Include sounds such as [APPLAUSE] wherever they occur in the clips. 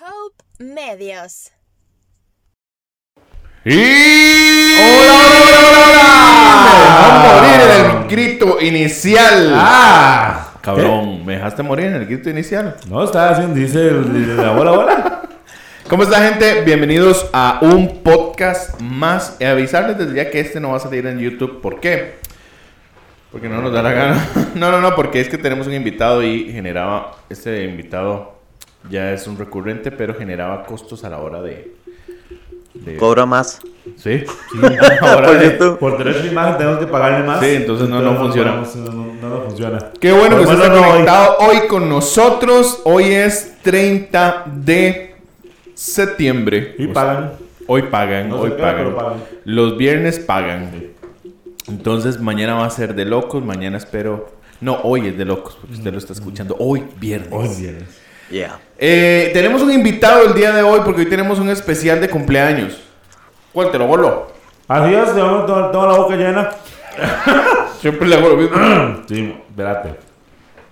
Loop Medios. Y... a morir en el grito inicial. ¡Ah! Cabrón, me dejaste morir en el grito inicial. No, estaba haciendo, dice el, el- la bola, bola. ¿Cómo está, gente? Bienvenidos a un podcast más. Eh, avisarles desde ya que este no va a salir en YouTube. ¿Por qué? Porque no nos da la gana. [LAUGHS] No, no, no, porque es que tenemos un invitado y generaba. Este invitado ya es un recurrente, pero generaba costos a la hora de. de- Cobra más. Sí, [LAUGHS] ahora Por de- YouTube. Por derecho de imagen tenemos que pagarle más. Sí, entonces no- no funciona. podemos- No, no, no, no funciona. Qué bueno que Pues usted bueno, está no, conectado hoy con nosotros. Hoy es 30 de septiembre. Y O sea, pagan. Hoy pagan, No sé hoy qué hora, pagan. pero pagan. Los viernes pagan. Entonces mañana va a ser de locos, mañana espero... No, hoy es de locos, porque usted lo está escuchando hoy viernes. Hoy es viernes. Yeah. Eh, tenemos un invitado el día de hoy porque hoy tenemos un especial de cumpleaños. ¿Cuál te lo voló? Adiós, te vamos toda, toda la boca llena. Siempre le hago lo mismo. Sí, espérate.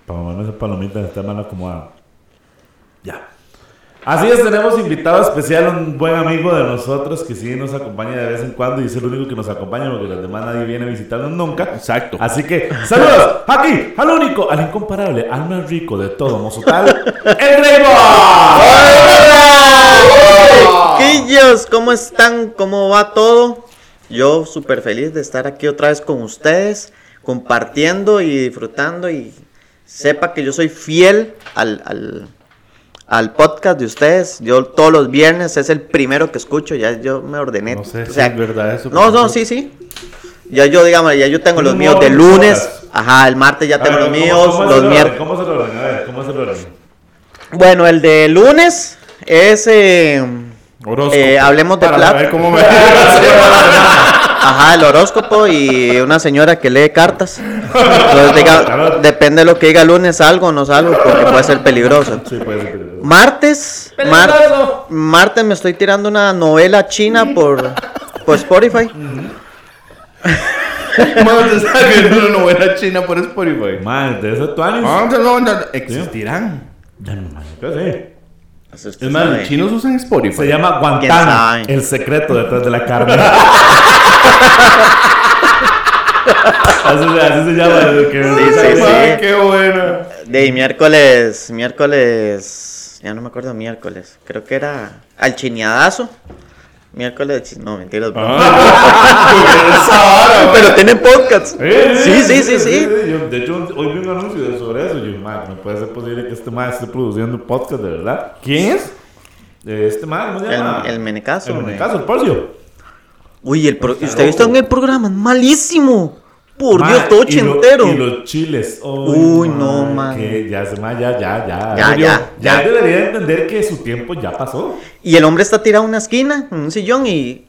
Para mamar esa palomita está mal acomodada. Ya. Así es, tenemos invitado especial, un buen amigo de nosotros que sí nos acompaña de vez en cuando y es el único que nos acompaña porque los demás nadie viene a visitarnos nunca. Exacto. Así que, saludos aquí al único, al incomparable, al más rico de todo Mozotal, el Rey Chiquillos, ¿cómo están? ¿Cómo va todo? Yo súper feliz de estar aquí otra vez con ustedes, compartiendo y disfrutando y sepa que yo soy fiel al, al, al podcast de ustedes. Yo todos los viernes es el primero que escucho, ya yo me ordené. No sé o si sea, es verdad eso. No, no, sí, sí. Ya yo, digamos, ya yo tengo los Tú míos de no lunes, jodas. ajá, el martes ya A tengo ver, los ¿cómo- míos, cómo es los el orden? miércoles. ¿Cómo se lo A ver, ¿cómo se lo Bueno, el de lunes es eh, Horóscopo. eh, hablemos de Para ver plata. [LAUGHS] cómo me... Ajá, el horóscopo y una señora que lee [LAUGHS] cartas. Entonces, diga- Claro. depende de lo que diga lunes, algo o no salgo, porque puede ser peligroso. Sí, puede ser. Martes, mar- martes me estoy tirando una novela china por, por Spotify. Vamos a estar viendo una novela china por Spotify. Man, de esos tuanis. Ah, [LAUGHS] Vamos a- no, no, no, Existirán. Ya no, man, ¿qué sé? Es más, los chinos usan Spotify. Se llama ¿Quién Guantánamo, sabe? el secreto detrás de la [LAUGHS] carne. así, se, así se llama. el que- Sí, sí, sí. Ay, Ah, qué buena. De ahí, miércoles, miércoles, ya no me acuerdo miércoles, creo que era al chineadazo. Miércoles, de chi- no, mentiras. bro. [LAUGHS] Ah, Pero tienen podcast. Eh, Sí, sí, sí, sí. Yo, de hecho, hoy vi un anuncio de- sobre eso. y Yo, man, no puede ser posible que este man esté produciendo un podcast, de verdad. ¿Quién es? Eh, Este man, ¿cómo se llama? El- el Menecaso, El güey. menecaso, el porcio. Uy, el pro- ¿usted viste en el programa? ¡Malísimo! Por Man, Dios, y todo lo- ochentero. Y los chiles. Ay, Uy, no, man. Que ya, se- man, ya, ya, ya. Ya, Yo- ya, Ya ya. debería entender que su tiempo ya pasó. Y el hombre está tirado en una esquina, en un sillón, y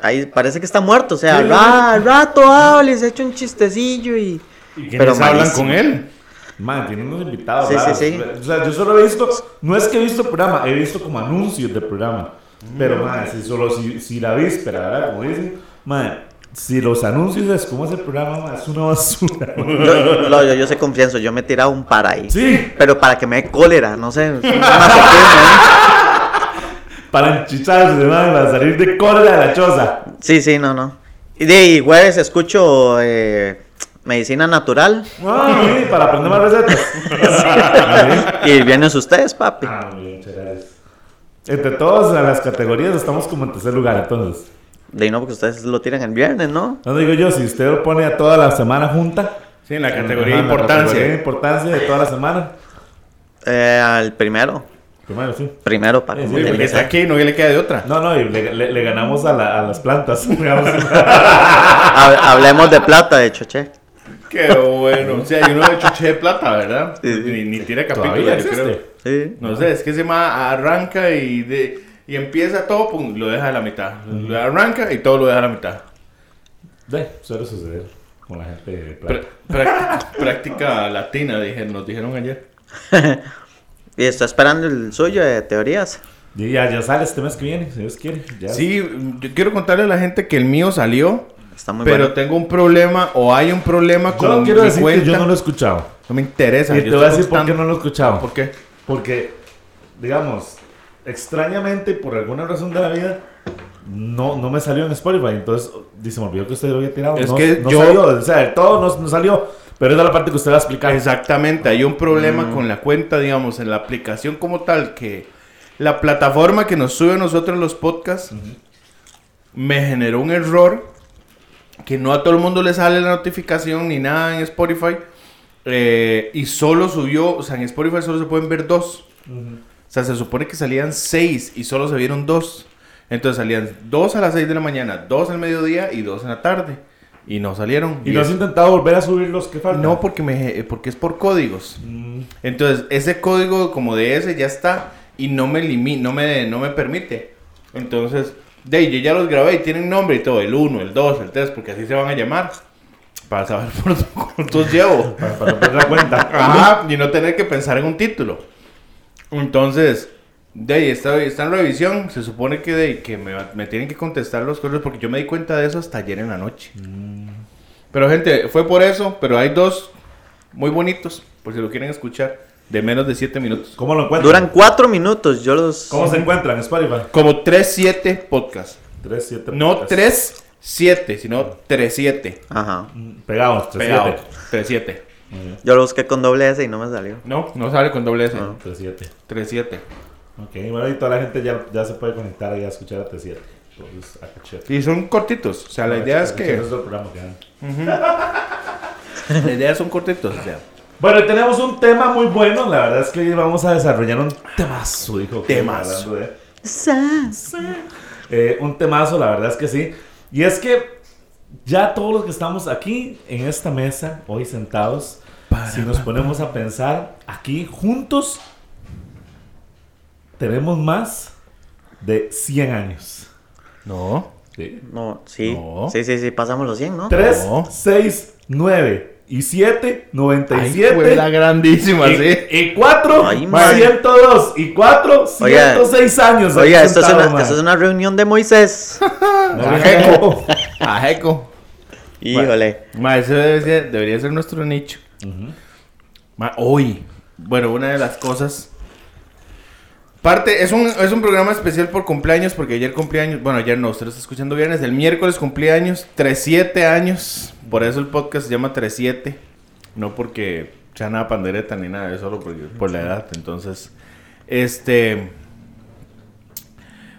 ahí parece que está muerto. O sea, Sí, ra- rato habla y se echa un chistecillo y. ¿Quiénes hablan malísimo. con él? Man, tiene unos invitados. Sí, sí, raros. sí. O sea, yo solo he visto, no es que he visto programa, he visto como anuncios de programa. Pero, man, si solo, si, si la víspera, ¿verdad? Como dicen, man, si los anuncios es como ese programa, man, es una basura. man. Yo, no, yo, yo sé confieso, yo me he tirado un para ahí. Sí, Pero para que me dé cólera, no sé. es un masoquismo, para enchicharse, man, para salir de cola de la choza. ¿eh? Sí, sí, no, no. Y de ahí, jueves escucho eh, medicina natural. Ah, sí, para aprender más recetas. Ah, Y viernes ustedes, papi. bien. Ah, muy bien, muchas gracias. Entre todas las categorías estamos como en tercer lugar, entonces. De ahí no, porque ustedes lo tiran el viernes, ¿no? No digo yo, si usted lo pone a toda la semana junta. Sí, en la categoría Ajá, de la categoría de importancia. importancia de toda la semana. Eh, al primero. Primero, sí. Primero, para Sí, como sí, tiene Porque que está ser. aquí, no que le queda de otra. No, no, y le, le- le ganamos a, la- a las [LAUGHS] plantas. [LAUGHS] digamos. Ha- Hablemos de plata, de hecho, che. Qué bueno. O sea, hay uno de chuche de plata, ¿verdad? Sí, sí. Ni, ni tira Todavía capítulo, yo existe. creo. Sí. No sé, es que se ma arranca y, de, y empieza todo, pum, lo deja a la mitad. Lo arranca y todo lo deja a la mitad. De, suele suceder con la gente de plata. Pra- [LAUGHS] práctica, práctica latina, dije- nos dijeron ayer. Y está esperando el suyo de teorías. Y ya, ya sale este mes que viene, si Dios quiere. Ya. Sí, yo quiero contarle a la gente que el mío salió, Está muy pero bueno. tengo un problema o hay un problema Yo con mi quiero decir cuenta. que yo no no, lo he escuchado. me interesa. Y yo te voy a estoy decir por qué contando- no lo he escuchado. ¿Por qué? Porque, digamos, extrañamente, por alguna razón de la vida, no, no me salió en Spotify. Entonces, dice, me olvidó que usted lo había tirado. Es no, que no yo- salió, o sea, del todo no, no salió. Pero esa es la parte que usted va a explicar. Exactamente, hay un problema Mm. con la cuenta, digamos, en la aplicación como tal, que la plataforma que nos sube a nosotros los podcasts me generó un error que no a todo el mundo le sale la notificación ni nada en Spotify eh, y solo subió, o sea, en Spotify solo se pueden ver dos. O sea, se supone que salían seis y solo se vieron dos. Entonces salían dos a las seis de la mañana, dos al mediodía y dos en la tarde. Y no salieron. Y Y no has es- intentado volver a subir los que faltan. no, pues, porque, me, eh, porque es por códigos. Mm, Entonces, ese código como de ese ya está y no me limi- no me, no me permite. Entonces, de ahí, yo ya los grabé y tienen nombre y todo, el 1, el 2, el 3, porque así se van a llamar. Para saber [LAUGHS] por cuántos llevo. para, para no perder la cuenta. [LAUGHS] Ajá, y no tener que pensar en un título. Entonces, de ahí está, está en revisión. Se supone que, de, ahí que me, va- me tienen que contestar los correos porque yo me di cuenta de eso hasta ayer en la noche. Pero, gente, fue por eso. Pero hay dos muy bonitos, por si lo quieren escuchar, de menos de 7 minutos. ¿Cómo lo encuentran? Duran cuatro minutos, yo los... ¿Cómo se encuentran? Spotify. Como 3-7 podcast. 3, 7. No 3-7, sino 3-7. Ajá. Mm, Pegados, 3, Pegado. 7. 3-7. Yo lo busqué con doble S y no me salió. No, no sale con doble S. 3, 7. 3-7. Ok, bueno, y toda la gente ya, ya se puede conectar ahí a escuchar a T7. Entonces, a cachete. Y son cortitos. O sea, Ah, la idea es que... Ese es el programa que dan. La idea son cortitos, o sea. Bueno, tenemos un tema muy bueno. La verdad es que hoy vamos a desarrollar un temazo, dijo. Kevin, Temazo. hablando de- Eh, un temazo, la verdad es que sí. Y es que ya todos los que estamos aquí en esta mesa, hoy sentados, si nos ponemos a pensar aquí juntos, tenemos más de 100 años. No. ¿sí? No, sí. No. Sí, sí, sí, pasamos los 100, ¿no? 3, No. 6, 9 y 7, Ahí fue la 97. grandísima, sí. Y, 4, Ay, 102. Y 4, Oiga, 106 años. aquí [LAUGHS] Oiga, esto es, sentados, una, man. esto es una reunión [LAUGHS] de Moisés. No, no, Ajeco. no. Ajeco. Híjole. Ah, Ma, ese debe ser- debería ser nuestro nicho. Ma, hoy. Bueno, una de las cosas. Parte, es un, es un programa especial por cumpleaños, porque ayer cumpleaños, bueno, ayer no, usted lo está escuchando viernes, el miércoles cumpleaños, 37 años, por eso el podcast se llama 37, no porque sea nada pandereta ni nada, es solo por, por la edad, entonces, este,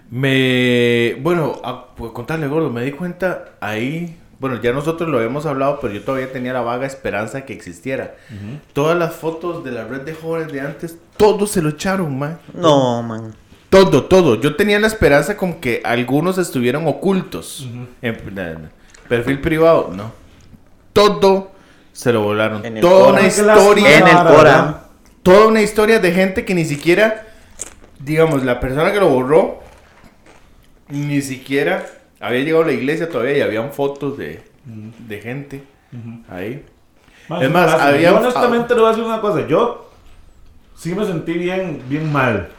me. Bueno, a- pues, contarle, gordo, me di cuenta ahí. Bueno, ya nosotros lo habíamos hablado, pero yo todavía tenía la vaga esperanza que existiera. Todas las fotos de la red de jóvenes de antes, todo se lo echaron, man. No, man. Todo, todo. Yo tenía la esperanza con que algunos estuvieran ocultos. en, en perfil privado, no. Todo se lo volaron. En el Toda Cora. una Qué lástima, historia. En el la Cora. verdad. Toda una historia de gente que ni siquiera, digamos, la persona que lo borró, ni siquiera había llegado a la iglesia todavía y habían fotos de, de gente ahí. Más Es más, fácil. había- Yo honestamente le voy a decir una cosa. Yo sí me sentí bien, bien mal.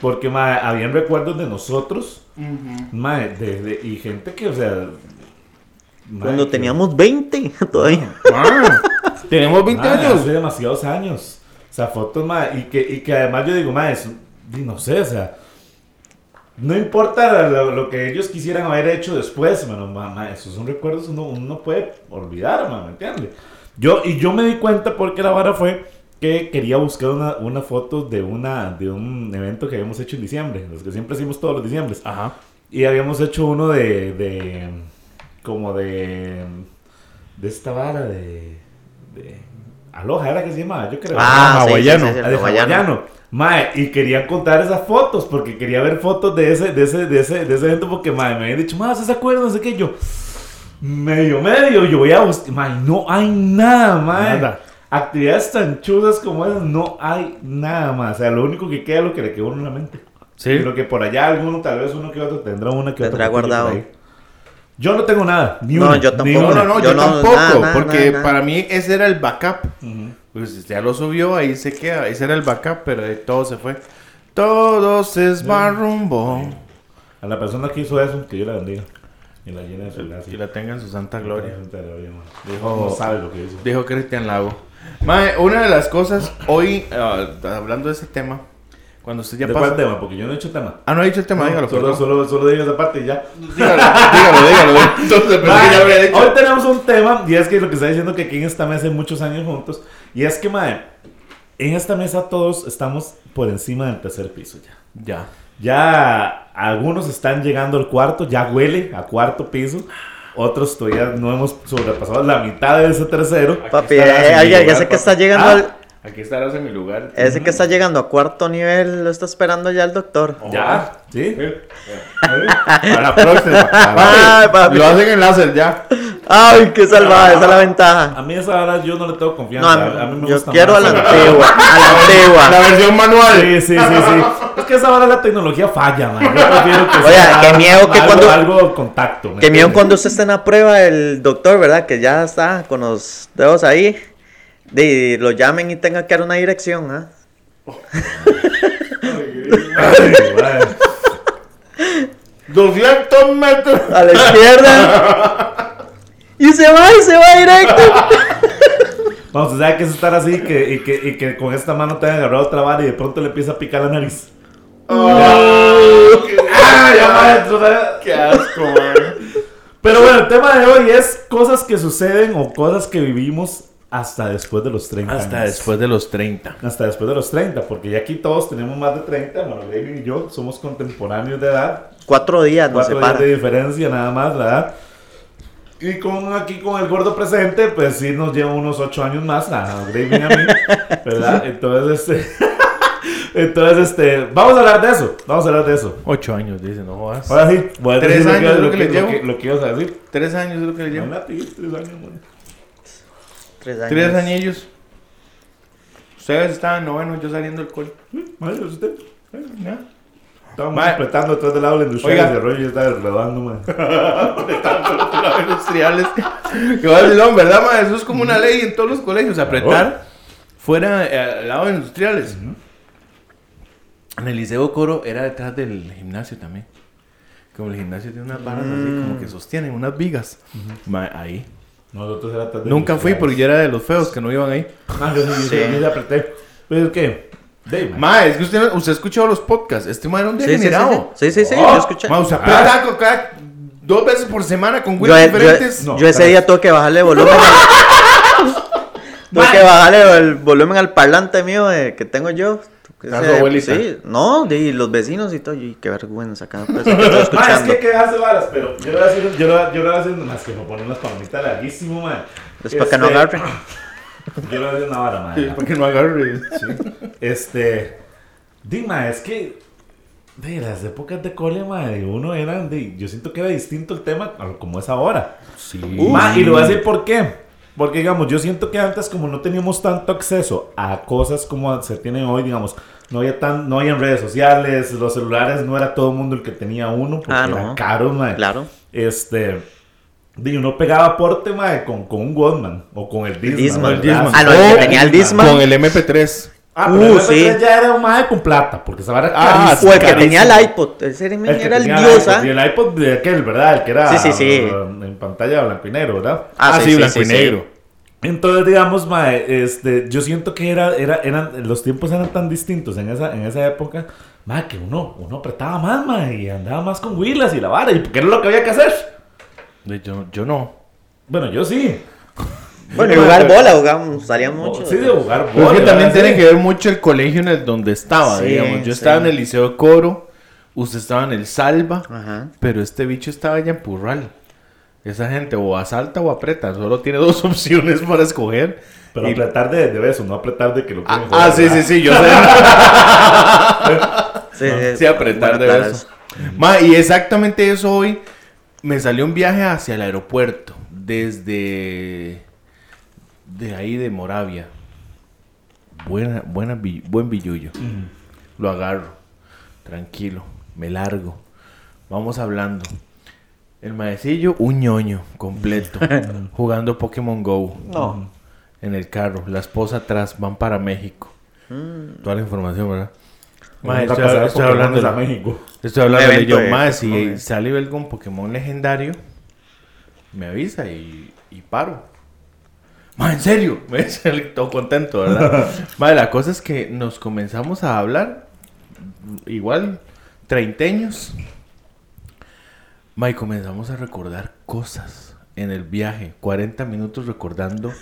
Porque mae, habían recuerdos de nosotros. mae, de- de- y gente que, o sea. mae, Cuando que- teníamos 20 [LAUGHS] todavía. Ah, [LAUGHS] Tenemos 20 mae, años. Hace demasiados años. O sea, fotos, mae, Y que, y que además yo digo, mae, eso- di, no sé, o sea. No importa lo, lo que ellos quisieran haber hecho después, mano, ma- ma, esos son recuerdos uno, uno no puede olvidar, ma, ¿me entiendes? Yo, y yo me di cuenta porque la vara fue que quería buscar una, una foto de, una, de un evento que habíamos hecho en diciembre, los que siempre hacemos todos los diciembres. Ajá. Y habíamos hecho uno de, de como de, de esta vara de, de Aloha, era que se llamaba, yo creo. Ah, sí, hawaiano. sí, sí, sí, Ah, de el hawaiano. hawaiano. Mae, y querían contar esas fotos porque quería ver fotos de ese, de ese, de ese, de ese evento porque mae, me habían dicho, mae, ¿usted se acuerda? No sé qué, yo, medio, medio, yo voy a buscar, mae, no hay nada, mae. Nada. Actividades tan chudas como esas, no hay nada más. O sea, lo único que queda es lo que le quedó a uno en la mente. Sí. Lo que por allá alguno, tal vez uno que otro, tendrá una que Tendrá otra fotillo por guardado. ahí. Yo no tengo nada, ni No, una, yo ni tampoco. una. No, no, no, yo, Yo no, tampoco, nada, nada, porque nada. para mí ese era el backup. Ujú. Pues usted ya lo subió, ahí se queda, ese era el backup, pero de todo se fue. Todo se va rumbo. A la persona que hizo eso, que yo la bendiga. Y la llene de su gracia. Y la tenga en su santa gloria. Dijo, no sabe lo que hizo. Dijo Cristian Lago. Mae, una de las cosas, hoy, ah, hablando de ese tema, Cuando usted ¿De ya cuál pasa. tema? Porque yo no he hecho tema. Ah, no he dicho el tema, No, dígalo, solo, perdón. solo, solo digo esa parte y ya. Dígalo, dígalo, dígalo. dígalo. [LAUGHS] Entonces, pero es que ya habría dicho. Hoy tenemos un tema, y es que lo que está diciendo que aquí en esta mesa hay muchos años juntos, y es que, madre, en esta mesa todos estamos por encima del tercer piso ya. Ya. Ya algunos están llegando al cuarto, ya huele a cuarto piso, otros todavía no hemos sobrepasado la mitad de ese tercero. Papi, Aquí estarás eh, en mi alguien, lugar, ese que papi. está llegando Ah. al, Aquí estarás en mi lugar. ese Mm. que está llegando a cuarto nivel lo está esperando ya el doctor. Oh. Ya, ¿sí? Para la [LAUGHS] próxima. Ay, papi. Lo hacen en láser ya. Ay, qué salvada, esa es la ventaja. A mí esa hora yo no le tengo No, confianza. a, a mí a- me yo gusta quiero a más la el- antigua, a la La [LAUGHS] antigua. versión manual. Sí, sí, sí, sí. Es que esa hora la tecnología falla, man. Yo prefiero que Oye, sea qué miedo que algo, cuando- Algo contacto. ¿me Que miedo entiendes? cuando usted está en la prueba, el doctor, ¿verdad? Que ya está con los dedos ahí. De, lo llamen y tenga que dar una dirección, ¿ah? Ay, madre. 200 metros. A la izquierda. Y se va, y se va directo. Vamos, ¿sabes qué es estar así que, y, que, y que con esta mano te hayan agarrado otra vara y de pronto le empieza a picar la nariz? ¡Ah, ya, maestro! ¿sabes? Qué asco, man. Pero bueno, el tema de hoy es cosas que suceden o cosas que vivimos hasta después de los 30 Hasta años. después de los 30. Hasta después de los 30, porque ya aquí todos tenemos más de 30. Bueno, David y yo somos contemporáneos de edad. Cuatro días nos cuatro días separa. de diferencia nada más, ¿verdad? Y con aquí con el gordo presente, pues sí nos lleva unos ocho años más a [LAUGHS] Graving a mí, ¿verdad? Entonces, este, [LAUGHS] entonces, este, vamos a hablar de eso, vamos a hablar de eso. 8 años, dice, no jodas. Ahora sí, voy a Tres decir años es lo que le lo llevo. que, lo que ibas a decir. 3 años es lo que le llevo. Hola, pi, tres años, bueno. Tres años. 3 añillos. Ustedes estaban noveno, yo saliendo del [LAUGHS] col. Sí, madre, Mm, pues usted. ¿Ya? Estamos Madre. completando detrás del lado de la industria Oiga. de desarrollo y está desredando, man. industriales. [LAUGHS] Que va el león, ¿verdad, ma? Eso es como una ley en todos los colegios, apretar fuera eh, al lado de industriales. En el Liceo Coro era detrás del gimnasio también. Como el gimnasio tiene unas barras así como Mm. que sostienen, unas vigas. Ma, ahí. Nosotros era atrás de Nunca fui industriales. porque yo era de los feos que no iban ahí. Ah, yo sí, yo sí, Sí. yo ya apreté. Pues, Pero es que, Dave, man. Ma, es que usted, usted ha escuchado los podcasts. Este ma era un Sí, sí, sí, sí. degenerado. Sí, sí, sí, Ah, Oh, yo escuché. Ma, usted apretaba co- cada dos veces por semana con Yo, güeyes yo- diferentes. no, yo ese espera. día tuve que [LAUGHS] bajarle volumen. al- tuve que bajarle el volumen al parlante mío eh, que tengo yo. Que Ah, ese- su abuelita. Sí, no, y los vecinos y todo. Y qué vergüenza acá. [LAUGHS] pues, [LAUGHS] que estoy Ma, Ah, es escuchando. que quedarse varas, pero yo lo voy a decir, yo lo, yo lo voy a decir más que me ponen las palomitas larguísimo, man. Este, Es para que no agarre. Yo lo voy a decir una vara, Sí, man. para que no agarre. Este, Dima, es que de las épocas de cole, ma, de uno eran, de, yo siento que era distinto el tema a lo- como es ahora. Sí. Ma, y lo voy a decir por qué. Porque, digamos, yo siento que antes, como no teníamos tanto acceso a cosas como se tienen hoy, digamos, no había tan, no había redes sociales, los celulares no era todo el mundo el que tenía uno, porque Ah, era no. caro, ma. Claro. Este. di, uno pegaba aporte, mae, con, con un Walkman o con el Disman. Discman. ¿verdad? Discman. Ah, no, el que tenía el Discman. Con el MP3. Ah, pero Uh, ese sí. ya era un mae con plata, porque se va a Ah, o el que tenía el iPod. Ese era el, era el dios, ¿ah? Y el iPod de aquel, ¿verdad? El que era Sí, sí, sí. uh, en pantalla blanco y negro, ¿verdad? Ah, sí, sí, sí, sí. Entonces, digamos, mae, este, yo siento que era, era, eran, los tiempos eran tan distintos en esa, en esa época, mae, que uno, uno apretaba más, mae, y andaba más con huilas y la vara, y porque era lo que había que hacer. De- Yo, yo no. Bueno, yo sí. Bueno, y jugar bola, jugábamos, salía mucho. Sí, de jugar Pero es que vóley, también ¿verdad? tiene Sí. que ver mucho el colegio en el donde estaba, Sí, digamos. Yo sí. estaba en el Liceo Coro, usted estaba en el Salva, Ajá. pero este bicho estaba allá en Purral. Esa gente o asalta o aprieta, solo tiene [LAUGHS] dos opciones para escoger. Pero Y- apretar de, de beso, no apretar de que lo Ah, quieren ah, sí, sí, joder, ¿verdad? sí, yo sé. Sí, Sí, apretar de beso. Ma, y exactamente eso hoy me salió un viaje hacia el aeropuerto. Desde. De ahí de Moravia. Buena, buena, bi- buen billullo. Lo agarro. Tranquilo. Me largo. Vamos hablando. El maecillo, un ñoño [LAUGHS] completo. jugando Pokémon Go. No. En el carro. La esposa atrás. Van para México. Toda la información, ¿verdad? Ma, Nunca estoy- pasará estoy Pokémones hablando de- a México. Estoy hablando de Evento yo de más. Si Pokémon. sale algún Pokémon legendario, me avisa y, y paro. Más en serio, [LAUGHS] [LAUGHS] me dice el todo contento, ¿verdad? Mae, la cosa es que nos comenzamos a hablar igual, treintaños. May, comenzamos a recordar cosas en el viaje. 40 minutos [LAUGHS] recordando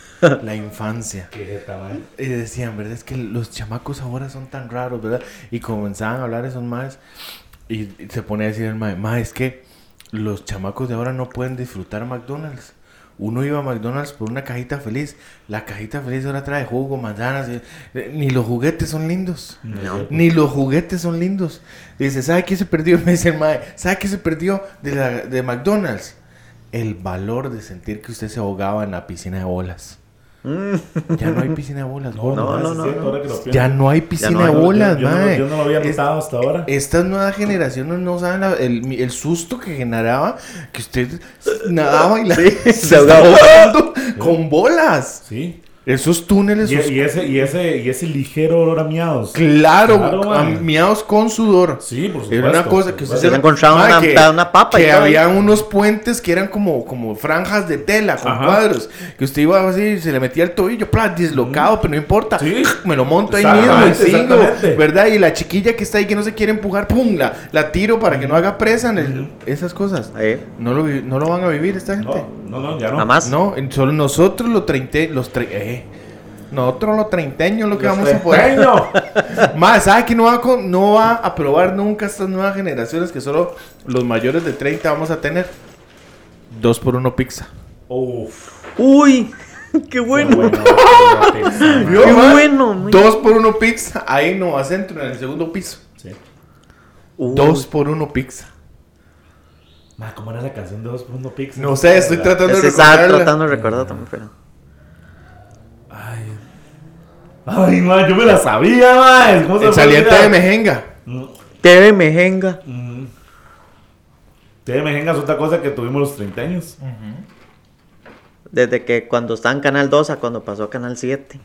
la infancia. ¿Qué jeta, mae? Y decían, ¿verdad? Es que los chamacos ahora son tan raros, ¿verdad? Y comenzaban a hablar esos más. Y y se ponía a decir el mae, "Mae, es que los chamacos de ahora no pueden disfrutar McDonald's. Uno iba a McDonald's por una cajita feliz. La cajita feliz ahora trae jugo, manzanas. y- eh, Ni los juguetes son lindos. No. Ni los juguetes son lindos. Dice, ¿sabe qué se perdió? [LAUGHS] Me dice el mae, ¿sabe qué se perdió de, la, de McDonald's? El valor de sentir que usted se ahogaba en la piscina de bolas. Mm, Ya no hay piscina de bolas, gordo. no, mae, no, sí es no, cierto, no. ahora que lo pienso. Ya no hay piscina no hay, de Yo- bolas, yo, no- mae. yo no lo había Es- notado hasta ahora. estas nuevas generaciones no saben la- el, el susto que generaba que usted nadaba y la Sí, [LAUGHS] se se estaba ahogaba. ahogando con bolas. Sí. Esos túneles Y, oscuros. y ese, y, ese, y ese ligero olor a miados. Claro, Claro, a- man. miados con sudor. Sí, por supuesto. Era una cosa que usted por Se supuesto. le encontraba Mae, una- pa- una papa y Que todo. había unos puentes que eran como, como franjas de tela con Ajá. cuadros. Que usted iba así y se le metía el tobillo, plan, dislocado, pero no importa. Mm. Sí. [LAUGHS] Me lo monto ahí mismo, Exactamente, y sigo, exactamente. ¿verdad? Y la chiquilla que está ahí que no se quiere empujar, pum, la, la tiro para que no haga presa en el- esas cosas. ahí. No lo, vi- no lo van a vivir esta gente. Mm. No, no, no, ya no. Jamás. No, en- solo nosotros los treinte, los tre- eh, nosotros los treintaños lo que vamos a poder. ¡Peño! Más, ¿sabes que no va, a con- no va a probar nunca estas nuevas generaciones que solo los mayores de 30 vamos a tener? Dos por uno pizza. Uf. Uy, [LAUGHS] qué bueno. Bueno, [LAUGHS] fíjate, Yo, Qué ma, bueno, muy- Dos por uno pizza. Ahí en Nueva Centro, en el segundo piso. sí. Uy. Dos por uno pizza. Ma, ¿cómo era la canción de 2.0 Pixel? No sé, estoy tratando Es de que estaba recordarla. tratando de recordar también, pero. Ay. Ay, ma, yo me la sabía, ma. ¿Cómo se El me saliente olvida? de mejenga. Mm, TV Mejenga. mm. Te mejengas otra cosa que tuvimos los 30 años. Desde que cuando estaba en Canal 2 a cuando pasó a Canal 7.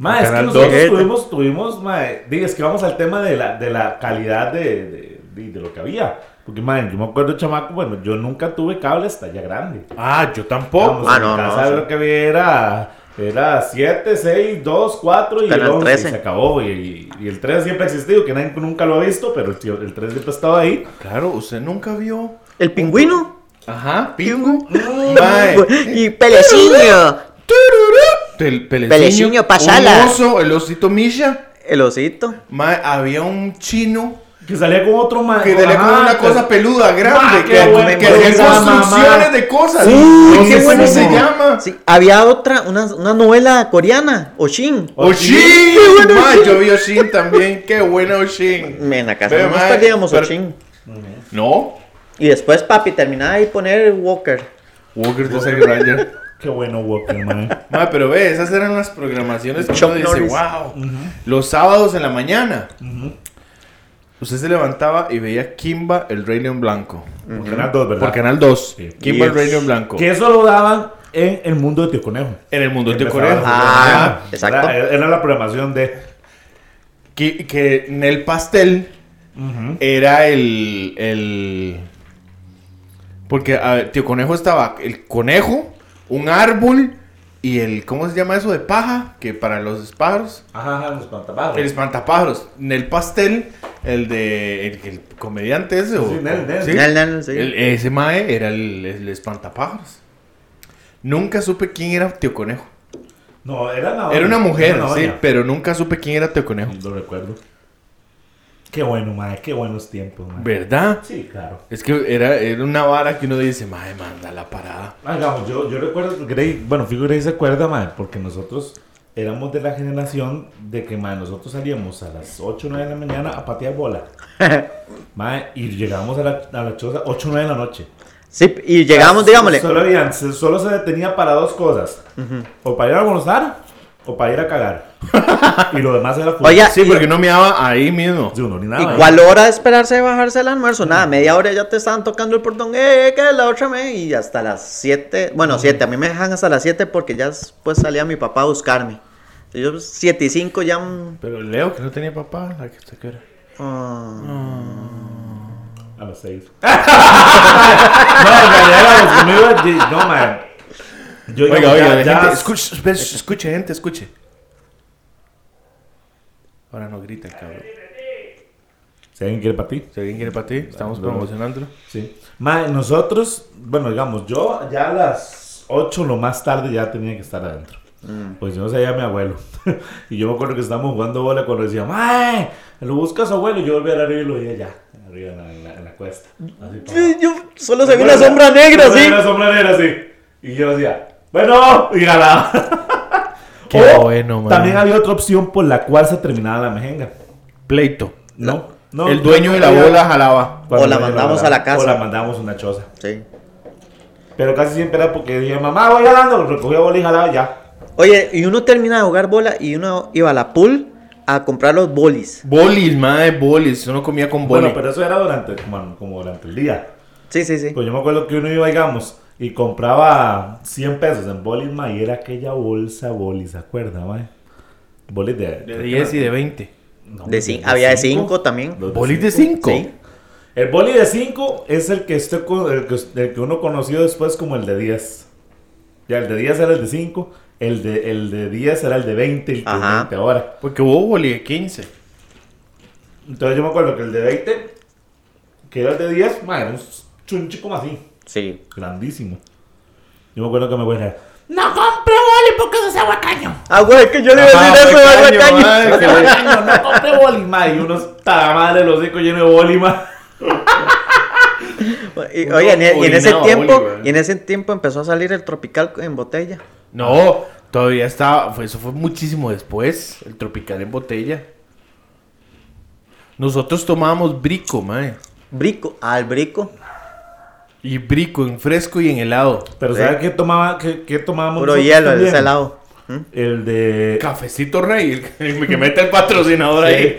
Ma, es que Canal nosotros dos. tuvimos, tuvimos, ma, diga, es que vamos al tema de la, de la calidad de, de, de- de lo que había. Porque, ma, yo me acuerdo, chamaco, bueno, yo nunca tuve cable hasta ya grande. Ah, yo Vamos, tampoco. Ah, en no, mi no, casa sí. lo que había era, era 7, 6, 2, 4 y Canal el 11 y 13. se acabó. Y, y el 3 siempre ha existido, que nadie nunca lo ha visto, pero el, tío- el 3 siempre ha estado ahí. Claro, usted nunca vio. El pingüino. Ajá, pingo. Mae. [LAUGHS] Y Pelecillo. Tururú. Pel- Peleciño, pasala. Un oso, el osito Misha. El osito. Mae, había un chino Que salía con otro man. que tenía como Ajá, una cosa peluda, grande, Ah, qué que, bueno, que bueno, hacía esa mamá. construcciones de cosas. Sí, no qué sé cómo bueno. se llama. Sí, había otra, una, una novela coreana, Oshin. Oshin, Qué bueno, mae, Oshin. yo vi Oshin también, qué buena Oshin. En la casa Pero, nomás mae, perdíamos pero- Oshin. No, Y después papi terminaba de poner Walker. Walker the Sack Ranger. Qué bueno, eh. Walker, man. [LAUGHS] Mae, pero ve, esas eran las programaciones que Chuck uno dice, Norris. wow. Los sábados en la mañana. Usted se levantaba y veía Kimba, el Rey León Blanco. Por Canal 2, ¿verdad? Por Canal 2. Sí. Kimba, el Yes. Rey León Blanco. Que eso lo daban en el mundo de Tío Conejo. En el mundo de Empezaba Corea. la Ah, programación. exacto. Era, era la programación de. que, que en el pastel era el, el... Porque a ver, tío conejo estaba el conejo, un árbol y el... ¿Cómo se llama eso? De paja, que para los pájaros. Ajá, ajá, los pantapados. El espantapájaros. En el pastel, el de... El, el comediante ese o... Sí, Nel, Nel. ¿sí? Nel, nel, sí. El- ese mae era el, el espantapájaros. Nunca supe quién era tío conejo. No, Ah, era una Era una mujer, sí, doña. pero nunca supe quién era tío conejo. Lo recuerdo. Qué bueno, madre. Qué buenos tiempos, madre. ¿Verdad? Sí, claro. Es que era, era una vara que uno dice, madre, manda la parada. Hagamos, Ah, yo, yo recuerdo, Grey, bueno, Figo Grey se acuerda, madre, porque nosotros éramos de la generación de que, madre, nosotros salíamos a las 8 o 9 de la mañana a patear [LAUGHS] bola, madre, y llegábamos a la, a la choza 8 o 9 de la noche. sí, y llegamos, digámosle. Solo, habían- se- solo se detenía para dos cosas, o para ir a almorzar o para ir a [LAUGHS] cagar. y lo demás era fútbol. Oiga, Sí, porque no me daba ahí mismo. Sí, uno orinaba, ¿Y ¿eh? cuál hora de esperarse de bajarse el almuerzo? Nada, media hora ya te estaban tocando el portón. ¡Eh, que la otra me! Y hasta las 7. Bueno, 7. A mí me dejan hasta las 7 porque ya después salía mi papá a buscarme. Y Yo 7 y 5 ya. mm, Pero Leo, que no tenía papá, la que usted quiera. ah, A las seis. [LAUGHS] no, en realidad, los conmigo, no, man. Yo, Oiga, yo- oiga, ya- la ya- gente, escuche, espe- escuche, gente, escuche. Ahora no grita el cabrón. Si alguien quiere para ti. Si alguien quiere para ti, estamos Vamos. promocionándolo. Sí. Mae, nosotros, bueno, digamos, yo ya a las 8 lo más tarde ya tenía que estar adentro. Mm. Pues yo no sabía a mi abuelo. [LAUGHS] y yo me acuerdo que estábamos jugando bola cuando decía, mae, lo busca su abuelo. Y yo volví a arriba y lo veía allá, arriba en la, en la- en la cuesta. Así, pa. Yo, yo solo se ve una Bueno, sombra negra, solo se sí. ve Una sombra negra, sí. Y yo decía, bueno, [LAUGHS] y ganaba. [LAUGHS] Qué O bueno, mae. Oh, También había otra opción por la cual se terminaba la mejenga. Pleito. No, no. el dueño de la había- bola jalaba. cuando O la dueño de mandamos a la casa. O la mandamos a una choza. Sí. Pero casi siempre era porque dije, mamá, voy ganando. Recogía bola y jalaba ya. Oye, y uno termina de jugar bola y uno iba a la pool a comprar los bolis. Bolis, madre, bolis. Uno comía con bolis. Bueno, pero eso era durante, como, como durante el día. Sí, sí, sí. Pues yo me acuerdo que uno iba, digamos, y compraba 100 pesos en bolis, ma, y era aquella bolsa bolis, ¿se acuerda, ma? Bolis de... De 10 y de 20. no, De cin- había de 5 también. los ¿Bolis de cinco. 5? Sí. El boli de 5 es el que, usted co- el que, el que uno conoció después como el de 10. Ya, el de 10 era el de 5, el de, el de 10 era el de 20, el que es Ajá. 20 ahora. Porque hubo boli de 15. Entonces yo me acuerdo que el de 20, que era el de 10, ma, era un chunche como así, Sí. grandísimo. Yo me acuerdo que mi abuela era, no compre [LAUGHS] boli porque eso es aguacaño. Ah, güey, que yo le iba a Ajá, decir eso fue de caño, caño. madre, que le- Aguacaño, no compre boli, ma, y unos talamadres los hocico llenos de boli, ma. Y- Uno ¿eh? Oye, en, e- y en ese orinaba tiempo, boli, güey. y en ese tiempo empezó a salir el tropical en botella. Ah. No, todavía estaba. fue- eso fue muchísimo después. El tropical en botella. Nosotros tomábamos brico, madre. Brico, al brico, Ah, Y brico en fresco y en helado. Pero Sí. ¿sabes qué, tomaba, qué, qué tomábamos puro nosotros hielo, también? ese helado. ¿Mm? El de... Cafecito Rey, el que mete el patrocinador ahí.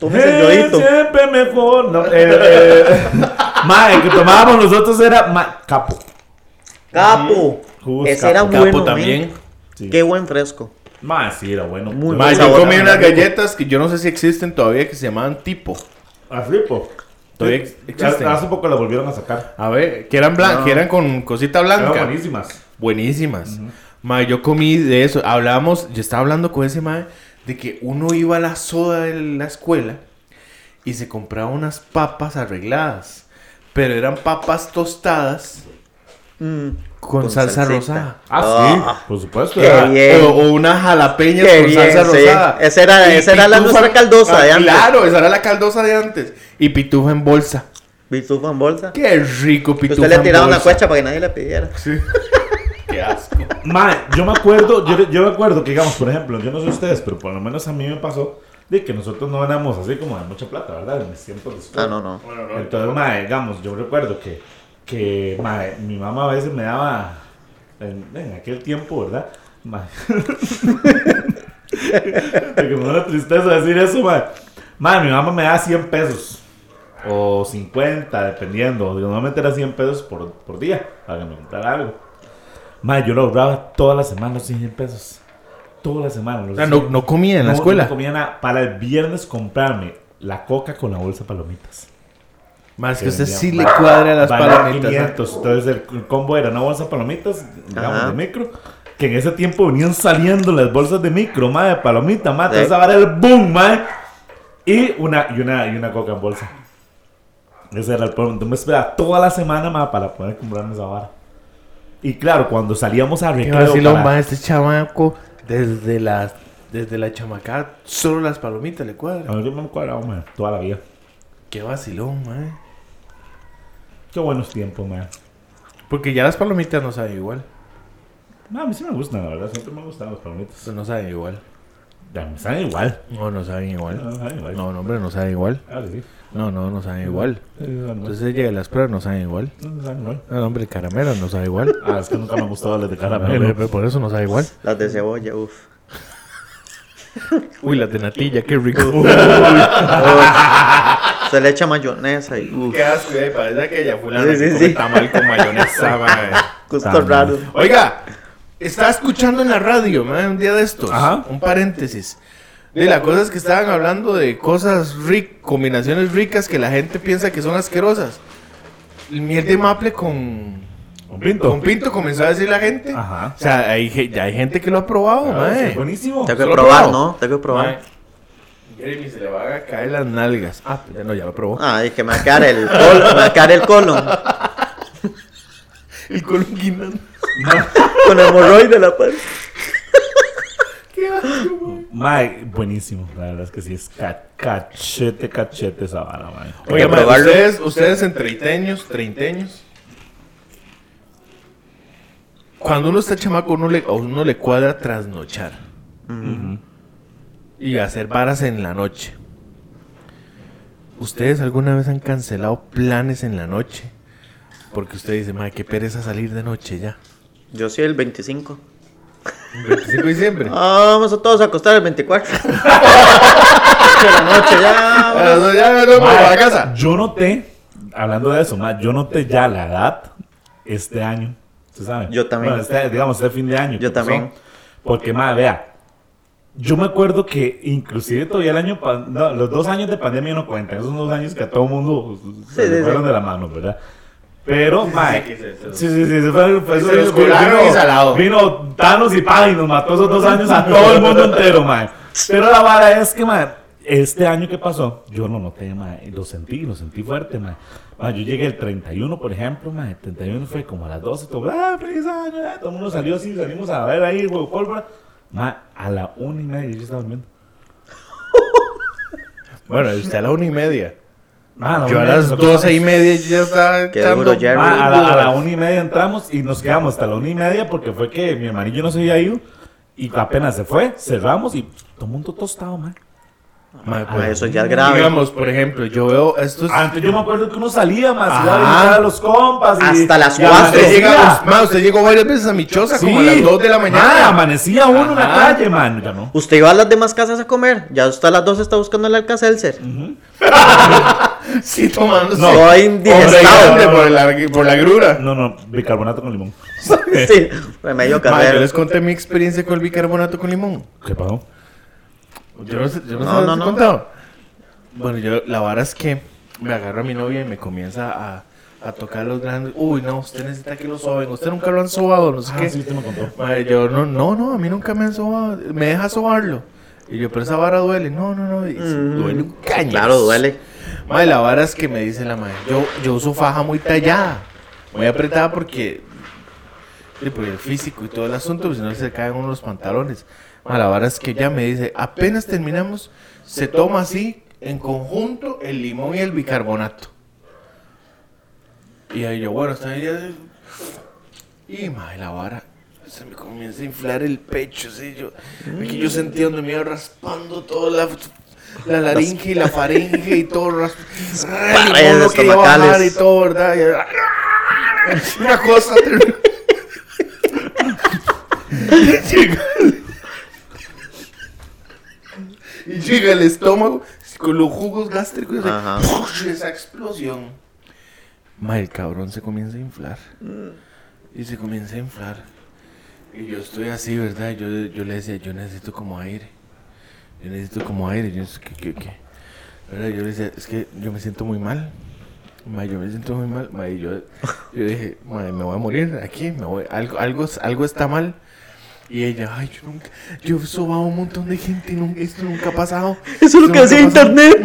Tómese el Eh, yodito. Siempre mejor. No, eh, eh, [LAUGHS] ma, el que tomábamos nosotros era ma, capo. Capo. Jugos Ese Capo. era Capo bueno. men. también. Sí. Qué buen fresco. Ma, sí, era bueno. Muy Pero- Ma, yo sabor, comí la unas verdad. galletas que yo no sé si existen todavía que se llamaban tipo. Así, po. Todavía Sí, existen. Hace poco la volvieron a sacar. A ver, que eran blancas, No. Ah, que eran con cosita blanca. Eran buenísimas. Buenísimas. Ma, yo comí de eso. Hablábamos, yo estaba hablando con ese mae de que uno iba a la soda de la escuela y se compraba unas papas arregladas. Pero eran papas tostadas Mm. con, Con salsa salsita. rosada. Ah, Ah. sí, por supuesto. Qué era- bien. O, o unas jalapeñas Qué con salsa bien, sí. rosada. Esa era- Y esa era la pitufa- nuestra caldosa de antes. Claro, esa era la caldosa de antes. Y pitufa en bolsa. Bitufa en bolsa. Qué rico Que pitufa Usted le en tiraba una bolsa. cuecha para que nadie le pidiera. [LAUGHS] Qué asco. Ma, yo me acuerdo, yo, yo me acuerdo que, digamos, por ejemplo, yo no sé ustedes, pero por lo menos a mí me pasó de que nosotros no ganamos así como de mucha plata, ¿verdad? En mis tiempos de escuela. Ah, no, no. Entonces, mae, digamos, yo recuerdo que, que mae, mi mamá a veces me daba, en, en aquel tiempo, ¿verdad? Mae. [LAUGHS] Porque me da una tristeza decir eso, mae. Mae, mi mamá me daba 100 pesos. O 50, dependiendo. Digo, Normalmente era 100 pesos por, por día para que me comprara algo. Mae, yo lo ahorraba todas las semanas los 100 pesos. Todas las semanas. los O sea, no, no comía en la no, escuela. no comía nada. para el viernes comprarme la coca con la bolsa de palomitas. Más que Que usted vendían sí le cuadra las Valía palomitas. ¿eh? 500. Entonces el el combo era una bolsa de palomitas, digamos, Ajá. de micro. Que en ese tiempo venían saliendo las bolsas de micro, madre, de palomita, madre. Sí. Entonces ahora era el boom, madre. Y una, y una, y una coca en bolsa. Ese era el problema. Entonces me esperaba toda la semana, madre, para poder comprarme esa vara. Y claro, cuando salíamos a Qué recreo vacilón, para- ma, este chamaco desde la, desde la chamacada solo las palomitas le A cuadran. mí yo me cuadraba, madre, toda la vida. Qué vacilón, mae. Qué buenos tiempos, madre. Porque ya las palomitas no saben igual. Ma, A mí sí me gustan, la verdad. Siempre me gustan los palomitas. pues No saben igual. Ya, me saben igual. No, no saben No, igual. saben igual. No, no, hombre, no saben igual. Ah, sí. No, no, no saben igual. Sí, saben igual. Entonces ella de las pruebas no saben igual. No, saben igual. No, no, hombre, el caramelo no sabe igual. Ah, es que nunca me han gustado las de No, hombre, caramelo. pero por eso no sabe igual. Las de cebolla, uff. [LAUGHS] Uy, las de natilla, qué rico. Se le echa mayonesa y [LAUGHS] uff. Qué asco, eh, parece que ella fulana que Sí, sí, come sí. tamal con mayonesa, eh. mae. Gusto Tan- raro. Oiga, estaba escuchando en la radio, man, un día de estos. Ajá. Un paréntesis. De las cosas que estaban hablando de cosas ricas, combinaciones ricas que la gente piensa que son asquerosas. El miel de maple con, Un con pinto. pinto comenzó a decir la gente. Ajá. O sea, hay, ge- ya hay gente que lo ha probado, Ah, sí, mae. buenísimo. Tengo que Solo probar, probado. ¿no? Tengo que probar. Mae, Jeremy se le va a caer las nalgas. Ah, ya no, ya lo probó. Ay, que macar el colon, macar [LAUGHS] el colon. El colon guindando. Con hemorroide la pan. Qué asco, güey. Mae, buenísimo. La verdad es que sí es ca- cachete, cachete esa vara, mae. Hay que Oiga, madre, probarlo. ustedes, ustedes en treintaños, treintaños. Cuando uno está chamaco, uno le, a uno le cuadra trasnochar. Y hacer varas en la noche. ¿Ustedes alguna vez han cancelado planes en la noche? Porque usted dice, madre, qué pereza salir de noche ya. Yo soy el 25. 25 de diciembre. Ah, vamos a todos a acostar el [LAUGHS] 24. De la noche ya. Ah, no, ya, no, no, Mae, para la casa. Yo noté, hablando de eso, mae, yo noté ya la edad este año. ¿Se sabe? Yo también. Bueno, este- digamos, este fin de año. que Yo pasó. también. Porque, mae, vea. Yo me acuerdo que inclusive todavía el año, pa- no, los dos años de pandemia no cuentan, esos son dos años que a todo mundo se Sí, le sí, fueron sí. de la mano, ¿verdad? Pero, mae, que se- se- Sí, Pues sí, sí, se fue, fue- Se fue- los colaron vino- y salado. Vino Thanos y Pan y nos mató esos dos años a todo el mundo entero, mae. Pero la vara es que, mae, este año que pasó, yo lo noté, mae, lo sentí, lo sentí fuerte, mae. Mae, yo llegué el 31, por ejemplo, mae, el 31 fue como a las 12, todo, ah, feliz año, eh, todo el mundo salió así, salimos a ver ahí, huevo pólvora. Mae, a la una y media yo estaba durmiendo. Bueno, usted a la una y media. Mae, la Yo a una las me tocó- doce y media ya estaba Qué duro, echando Jerry. Ma, a, la, a la una y media entramos y nos quedamos hasta la una y media porque fue que mi hermanillo no se había ido y apenas se fue, cerramos y todo el mundo tostado, man. Ma, Ah, pues, eso ya es grave. Digamos, por ejemplo, yo veo estos. Antes yo me acuerdo que uno salía más, iba a Ajá. visitar a los compas. y- Hasta las y cuatro. usted, amanecía. llega, ma, usted llegó varias veces a mi choza, como a Sí. las 2 de la Ma, mañana. amanecía uno en la Ajá. calle, man. Ya no. Usted iba a las demás casas a comer. Ya usted a las 12 está buscando el alcacelser. [LAUGHS] sí, tomando. No. Soy indigestado. no, no, por, la, por la grura. No, no, bicarbonato con limón. [LAUGHS] Sí, pues remedio Ma, yo casero. les conté mi experiencia con el bicarbonato con limón. ¿Qué pasó? Yo no sé, yo no, No, sé si no, les he no. contado. Bueno, yo, la vara es que me agarra mi novia y me comienza a, a tocar los grandes. Uy, no, usted necesita que lo soben. Usted nunca lo han sobado, no sé Ah, qué. sí, usted me contó. Madre, yo no, no, no, a mí nunca me han sobado. Me deja sobarlo. Y yo, pero esa vara duele. No, no, no. y dice, Mm. duele un caño. Claro, duele. Madre, la vara es que me dice la madre. Yo, yo uso faja muy tallada, muy apretada porque. y por pues, el físico y todo el asunto, pues si no se caen unos pantalones. Madre, la vara es que ya me dice, apenas terminamos, se toma así, en conjunto, el limón y el bicarbonato. Y ahí yo, bueno, está ahí ya. Y madre, la vara. Se me comienza a inflar el pecho, sí, yo. Aquí yo sentía donde me iba raspando toda la, la laringe y la faringe y todo ¡Ah, raspando. paredes estomacales. y todo, ¿verdad? Y yo, una cosa terrible. Llega el- Y llega el estómago con los jugos gástricos. así, Ajá. Esa explosión. Ma, el cabrón se comienza a inflar. Mm. Y se comienza a inflar. Y yo estoy así, ¿verdad? Yo, yo le decía, yo necesito como aire. Yo necesito como aire. Yo, ¿qué, qué, qué? ¿Verdad? yo le decía, es que yo me siento muy mal. Ma, yo me siento muy mal. Ma, y yo, yo dije, "Ma, me voy a morir aquí. Me voy, algo, algo, algo está mal. Y ella, ay, yo nunca, yo he sobado a un montón de gente y nunca- esto nunca ha pasado. [LAUGHS] Eso es lo que hacía hacía internet.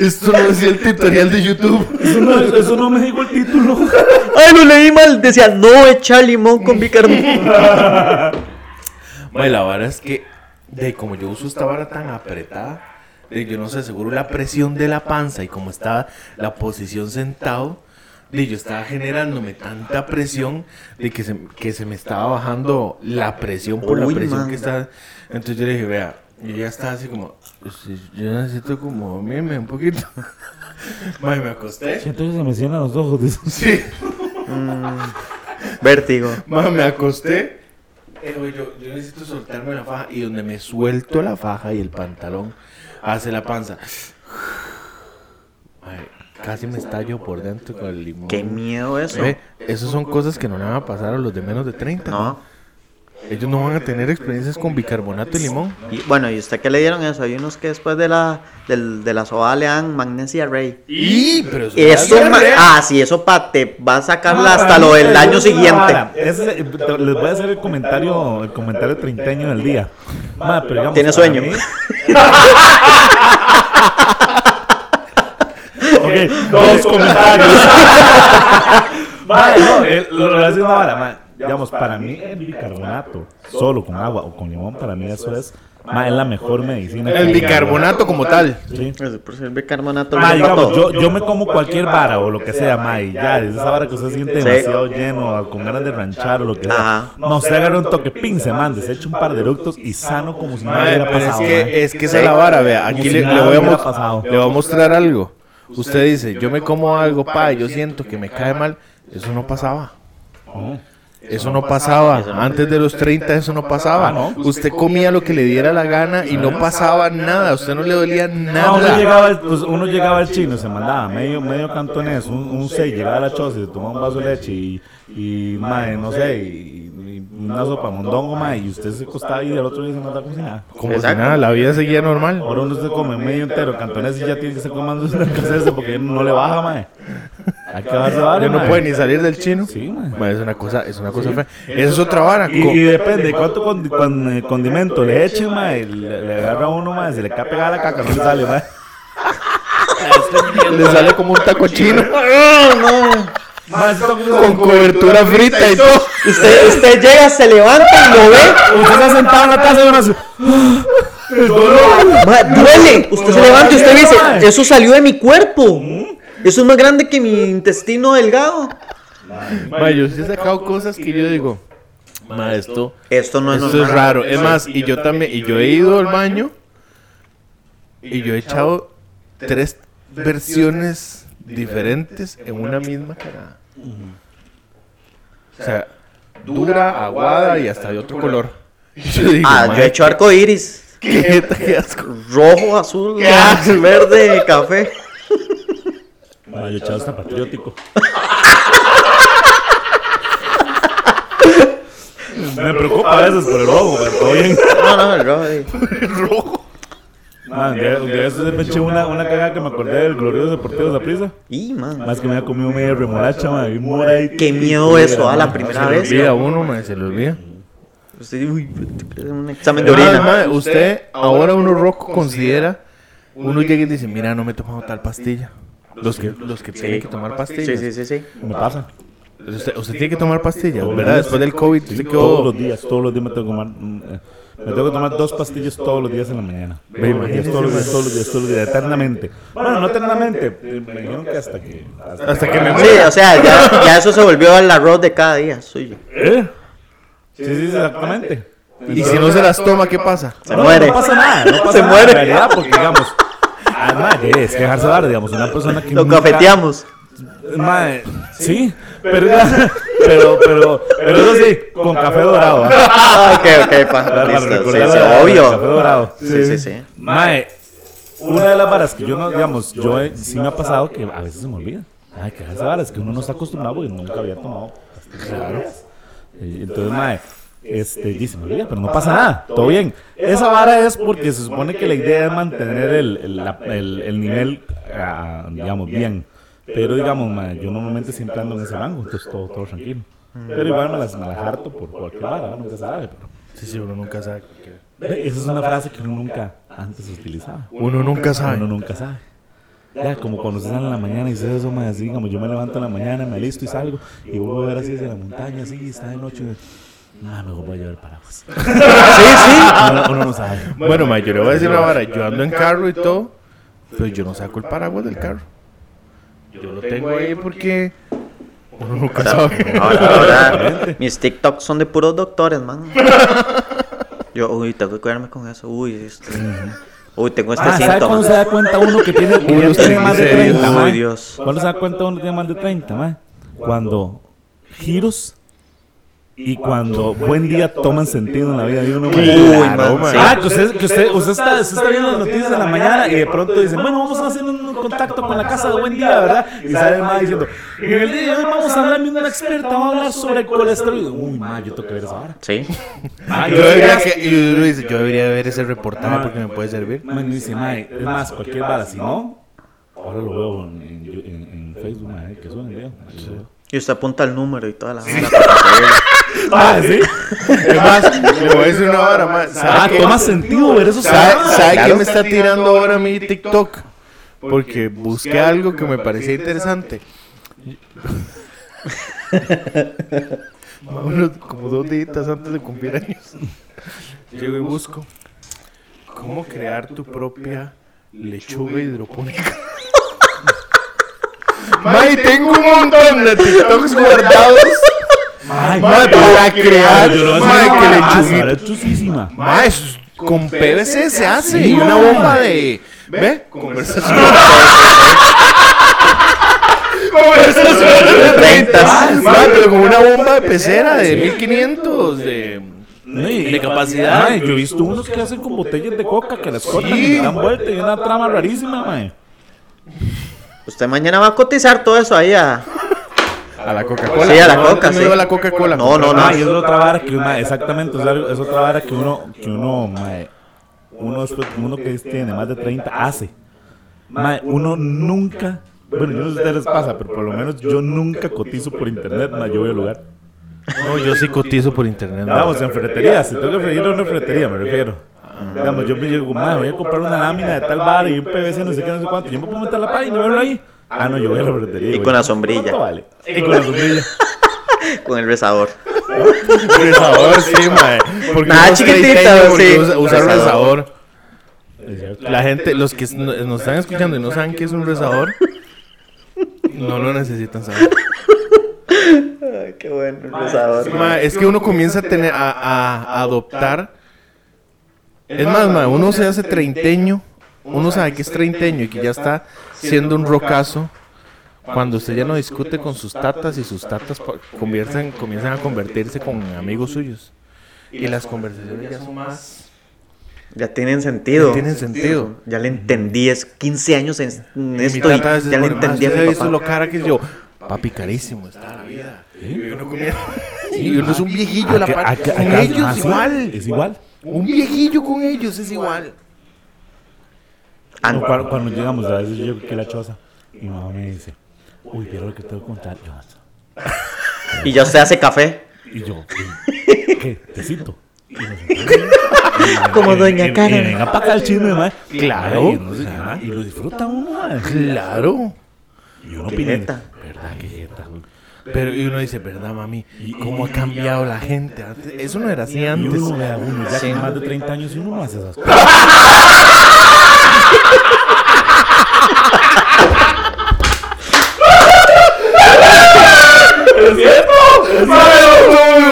Esto no es el tutorial de YouTube. Eso no, eso no me dijo [LAUGHS] el título. Ay, lo leí mal. Decía, no echa limón con bicarbonato. Mae, la vara es que, de como yo uso esta vara tan apretada, de, yo no sé, seguro la presión de la panza y como estaba la posición sentado, de, yo estaba generándome tanta presión de que se, que se me estaba bajando la presión por Uy, la presión man. que estaba. Entonces yo le dije, vea, y ella estaba así como, "Sí, yo necesito como dormirme un poquito. [LAUGHS] Mae, me acosté. Entonces se me cierran los ojos. dice. Sí. Mm, Vértigo. Mae, me acosté. Eh, güey, yo, yo necesito soltarme la faja. Y donde me suelto la faja y el pantalón, hace la panza. Mae, casi me estallo por dentro con el limón. Qué miedo eso. Ve, Esas son cosas que no le van a pasar a los de menos de 30. No. Ellos no van a tener experiencias con bicarbonato y limón. Y, bueno, ¿y usted qué le dieron eso? Hay unos que después de la, del- de la soda le dan magnesia rey. Y, pero eso Eso, Pues, ya- ma- ah, sí, eso pa, te va a Ah, sacarla hasta lo el del año Ahora, siguiente. ese Ah, es- eh, te- les voy a hacer el comentario, el comentario treintaño del día. Ma, pero digamos, Tiene para [LAUGHS] sueño. mí- Ok, dos [LAUGHS] comentarios. Ma, no, eh, lo lo voy a decir una vara, ma. Digamos, para mí el bicarbonato, solo con agua o con limón, para mí eso es, ma, es la mejor medicina. El bicarbonato como tal. Sí. Eso Por ser bicarbonato. Ma, Ah, lo digamos, mató. yo, yo me como cualquier vara o lo que sea, ma, y ya, es esa vara que usted siente Sí. demasiado lleno, con ganas de ranchar o lo que sea. Ajá. No, usted agarra un toque, pin, se manda, se echa un par de eructos y sano como si nada Mae, hubiera pero es pasado. ma. que, es que esa es la vara, vea. Aquí si le, nada le voy a hubiera mos- pasado. le voy a mostrar algo. Usted dice, yo me como algo, pa, yo siento que me cae mal. Eso no pasaba. Oh. Eso no pasaba. Antes de los 30 eso no Ah, pasaba. ¿no? Usted comía lo que le diera la gana y no pasaba nada. A usted no le dolía No, uno nada. llegaba, al- pues, uno llegaba al chino, se mandaba medio, medio cantonés, un, un seis, llegaba a la choza, se tomaba un vaso de leche y, y mae, no sé, y, y una sopa mondongo, mae, y usted se acostaba y el otro día se mandaba a cocinar. Como si nada, la vida seguía normal. Ahora uno se come medio entero cantonés y ya tiene que estar comiendo una casarse porque no le baja, mae. Hay que bajarse vara, Ya no mae. puede ni salir del chino. Sí, mae. Mae, Es una cosa, es una cosa fea. Esa es otra vara. Y, co- y depende cuánto condi- con- eh, condimento le eche, mae, le, le agarra uno, mae, se le cae pegada la caca, no le sale, mae. Le sale como un [LAUGHS] taco chino Mae, ese toque- con cobertura frita y todo. Usted, usted llega, se levanta y lo ve. Usted se ha sentado en la taza de una... ¡El dolor! Ma, duele. Usted se levanta y usted dice, eso salió de mi cuerpo. Eso es más grande que mi intestino delgado. Ma, yo sí he sacado cosas que yo digo, ma, esto, Esto no es esto es normal. raro. Es más, y yo también, y yo he ido al baño y yo he echado tres versiones diferentes en una misma carada. O sea, dura, aguada y hasta de otro [LAUGHS] color. Y Yo digo, Ah, ma, yo he hecho arco iris. [LAUGHS] qué- [LAUGHS] qué asco. Rojo, [LAUGHS] azul, Ah. verde, café. Mae, yo echado hasta patriótico. [LAUGHS] Me preocupa a veces por el robo, pero todo bien. No, no, el rojo. sí. Man, de, de eso se me eché una, una cagada que me acordé del glorioso deportivo de prisa. Y, man. Más que me había comido media remolacha, man, y mora ahí. Qué miedo eso, ah, la primera Se le vez. olvida a uno, ma, se le olvida. Usted, uy, un examen de Además, orina. Ah, ma, usted, ahora uno roco considera, uno llega y dice, mira, no me he tomado tal pastilla. Los que, los que tienen que tomar pastillas. Sí, sí, sí, sí. Me pasa. Usted, usted tiene que tomar pastillas, Todos ¿verdad? los días. Después del COVID, usted Todos quedó... los días, todos los días me tengo que tomar. mm, eh, Me tengo que tomar dos pastillas todos los días en la mañana. Todos los días, todos los días, todos los días, todos los días, eternamente. Bueno, no eternamente. eh, Me dijeron que hasta que. Hasta, Hasta que me Sí, muera. o sea, ya, ya eso se volvió el arroz de cada día suyo. ¿Eh? Sí, sí, sí, exactamente. Y si no se las toma, ¿qué pasa? Se muere. No pasa nada. [LAUGHS] No pasa Se nada, muere. En realidad, porque digamos. Además, es que dejarse dar, digamos, una persona que. Lo nunca- cafeteamos. [LAUGHS] Mae, sí, pero, [LAUGHS] pero, pero, pero eso sí, con café dorado. ¿ah? Ah, ok, ok, pa. Para Listo. Sí, recordar sí, la- el Café obvio. dorado. Sí, sí, sí. Mae, una de las varas que yo no, digamos, yo he- sí me ha pasado que a veces se me olvida. Ay, que esas varas que uno no está acostumbrado porque nunca había tomado. Claro. Entonces, mae, este, dice, me olvida, pero no pasa nada, todo bien. Esa vara es porque se supone que la idea es mantener el, el, la- el- el nivel, ah, digamos, bien. Pero, digamos, mae, yo normalmente siempre ando en ese rango, entonces todo, todo tranquilo. Pero igual me las, me las harto por cualquier vara, nunca se sabe, pero... Sí, sí, uno nunca sabe. Ve, Esa es una frase que uno nunca antes utilizaba. Uno nunca sabe. Uno nunca sabe. Ya, como cuando se sale en la mañana y dices eso, me así, como yo me levanto en la mañana, me alisto y salgo, y vuelvo a ver así desde la montaña, así, y está de noche. y- Ah, mejor voy a llevar [LAUGHS] Sí, paraguas. sí. Uno, uno no sabe. Bueno, ma, yo le voy a decir una vara. Yo ando en carro y todo, pero yo no saco el paraguas del carro. Yo lo tengo ahí porque... Uno nunca sabe. Ahora, ahora, mis TikToks son de puros [LAUGHS] doctores, man. Yo, uy, tengo que cuidarme con eso. Uy, esto. Uy, tengo este Ah, ¿sabe cuándo síntoma. se da cuenta uno que tiene, que Unos ya tiene más de triglicéridos. 30, Uy, mae? Dios. ¿Cuándo se da cuenta uno que tiene más de 30, mae? Cuando giros y cuando buen día toman sentido en la vida de uno. Uy, mae. Claro, man, man. sí. Ah, que usted, que usted, usted está, usted está viendo las noticias de la mañana y de pronto dice, bueno, vamos a hacer un contacto con la casa de buen día, ¿verdad? Y sale el mae diciendo, en el día de hoy vamos a hablar de una experta, vamos a hablar sobre el colesterol. Y yo, Uy, mae, yo tengo que ver esa vara. Sí. Mae, Yo yo debería diría- que- y uno dice, yo debería ver ese reportaje porque me puede servir. Mae, me dice, mae, es más, cualquier vara, si no, ahora lo veo en, en, en- en Facebook, mae, que suena el video. Ahí lo veo. Y usted apunta el número y toda la vaina. Ah, sí. Es más, [LAUGHS] le voy a decir una hora más. Ah, ¿Sabe qué? toma sentido ver esos ¿Sabe, ah, sabe claro. qué me está tirando ahora mi TikTok? Porque busqué algo que me parecía interesante. [LAUGHS] Más o menos como dos días antes de cumplir años. [LAUGHS] Llego y busco. ¿Cómo crear tu propia lechuga [LAUGHS] hidropónica? May, tengo un montón de TikToks guardados. Ay, Mae, pero- [LAUGHS] para crear, Yo lo voy a mae, hacer que con la lechuguita. masa, lechuzísima. Mae, es- con PVC se hace. Y Sí, una mae. bomba de. ¿Ve? Conversación. [LAUGHS] de 30. Mae, pero con una bomba de pecera de 1500. De. No, y- y de capacidad. Mae, yo he visto unos que hacen con botellas de coca que las cortan y le dan vuelta y una trama rarísima, mae. Usted mañana va a cotizar todo eso ahí ah, a... A la Coca-Cola. Pues Sí, a la No, Coca, no sí. iba a la Coca-Cola. No, no, no. Ah, y es otra vara que una, exactamente, es, algo- es otra vara que uno, que uno, mae, uno, después- uno que tiene más de 30 hace. Mae, uno nunca, bueno, yo no sé si a ustedes les pasa, pero por lo menos yo nunca cotizo por internet, mae, yo voy al lugar. No, yo sí cotizo por internet. mae. Vamos, en ferretería, si tengo que freír en una ferretería, me refiero. Digamos, eh, ah, yo me digo, madre, voy a comprar una lámina de tal bar y un PVC, no sé qué, no sé cuánto. Yo me puedo meter la página y verlo ahí. Ah, no, yo voy a la ferretería. Y güey. con la sombrilla. ¿Cuánto vale? Y con la sombrilla. con el rezador. Resador, [LAUGHS] sí, mae. Porque Nada, unos chiquitita, treintaños, porque sí. usa- Usar Resador. resador. La gente, los que no- nos están escuchando y no saben qué es un resador, no lo necesitan saber. Ay, qué bueno, el rezador. Ma, es que uno comienza a tener a, a adoptar. Es más, ma, uno se hace treinteño, uno sabe que es treinteño y que ya está siendo un rocazo cuando usted ya no discute con sus tatas y sus tatas pa- convierten, comienzan a convertirse con amigos suyos. Y las conversaciones ya son más Ya tienen sentido. tienen sentido. Ya le entendí, es 15 años en, en Y mi esto y tata a veces ya le pone, "Ma, entendí a usted mi ha visto papá. lo cara que es yo. Papi, carísimo está la vida. Y uno comienza- [LAUGHS] y uno es un viejillo a la par. ¿Eh? Acá- Con acá- ellos ah, sí, igual. Es igual. Un viejillo con ellos es igual. Ah, No, cuando, cuando llegamos, a veces yo llego aquí a la choza y mi mamá me dice, uy, vieron lo que tengo que contar. Yo, Y ya usted hace café. y yo, ¿qué? ¿Qué? ¿Te siento? Y nos sentamos. Como Y- y- doña y Karen. venga para acá el chisme, mae. Claro. Mae, Y, no sé, y lo disfruta uno, mae. Claro. Y uno Pileta. pineta. ¿Verdad que jeta, güey? Pero y uno dice, ¿verdad, mami? ¿Cómo ha cambiado la gente? Antes- eso no era así Y antes. uno, vea, uno ya con más de 30 años y uno no hace esas cosas.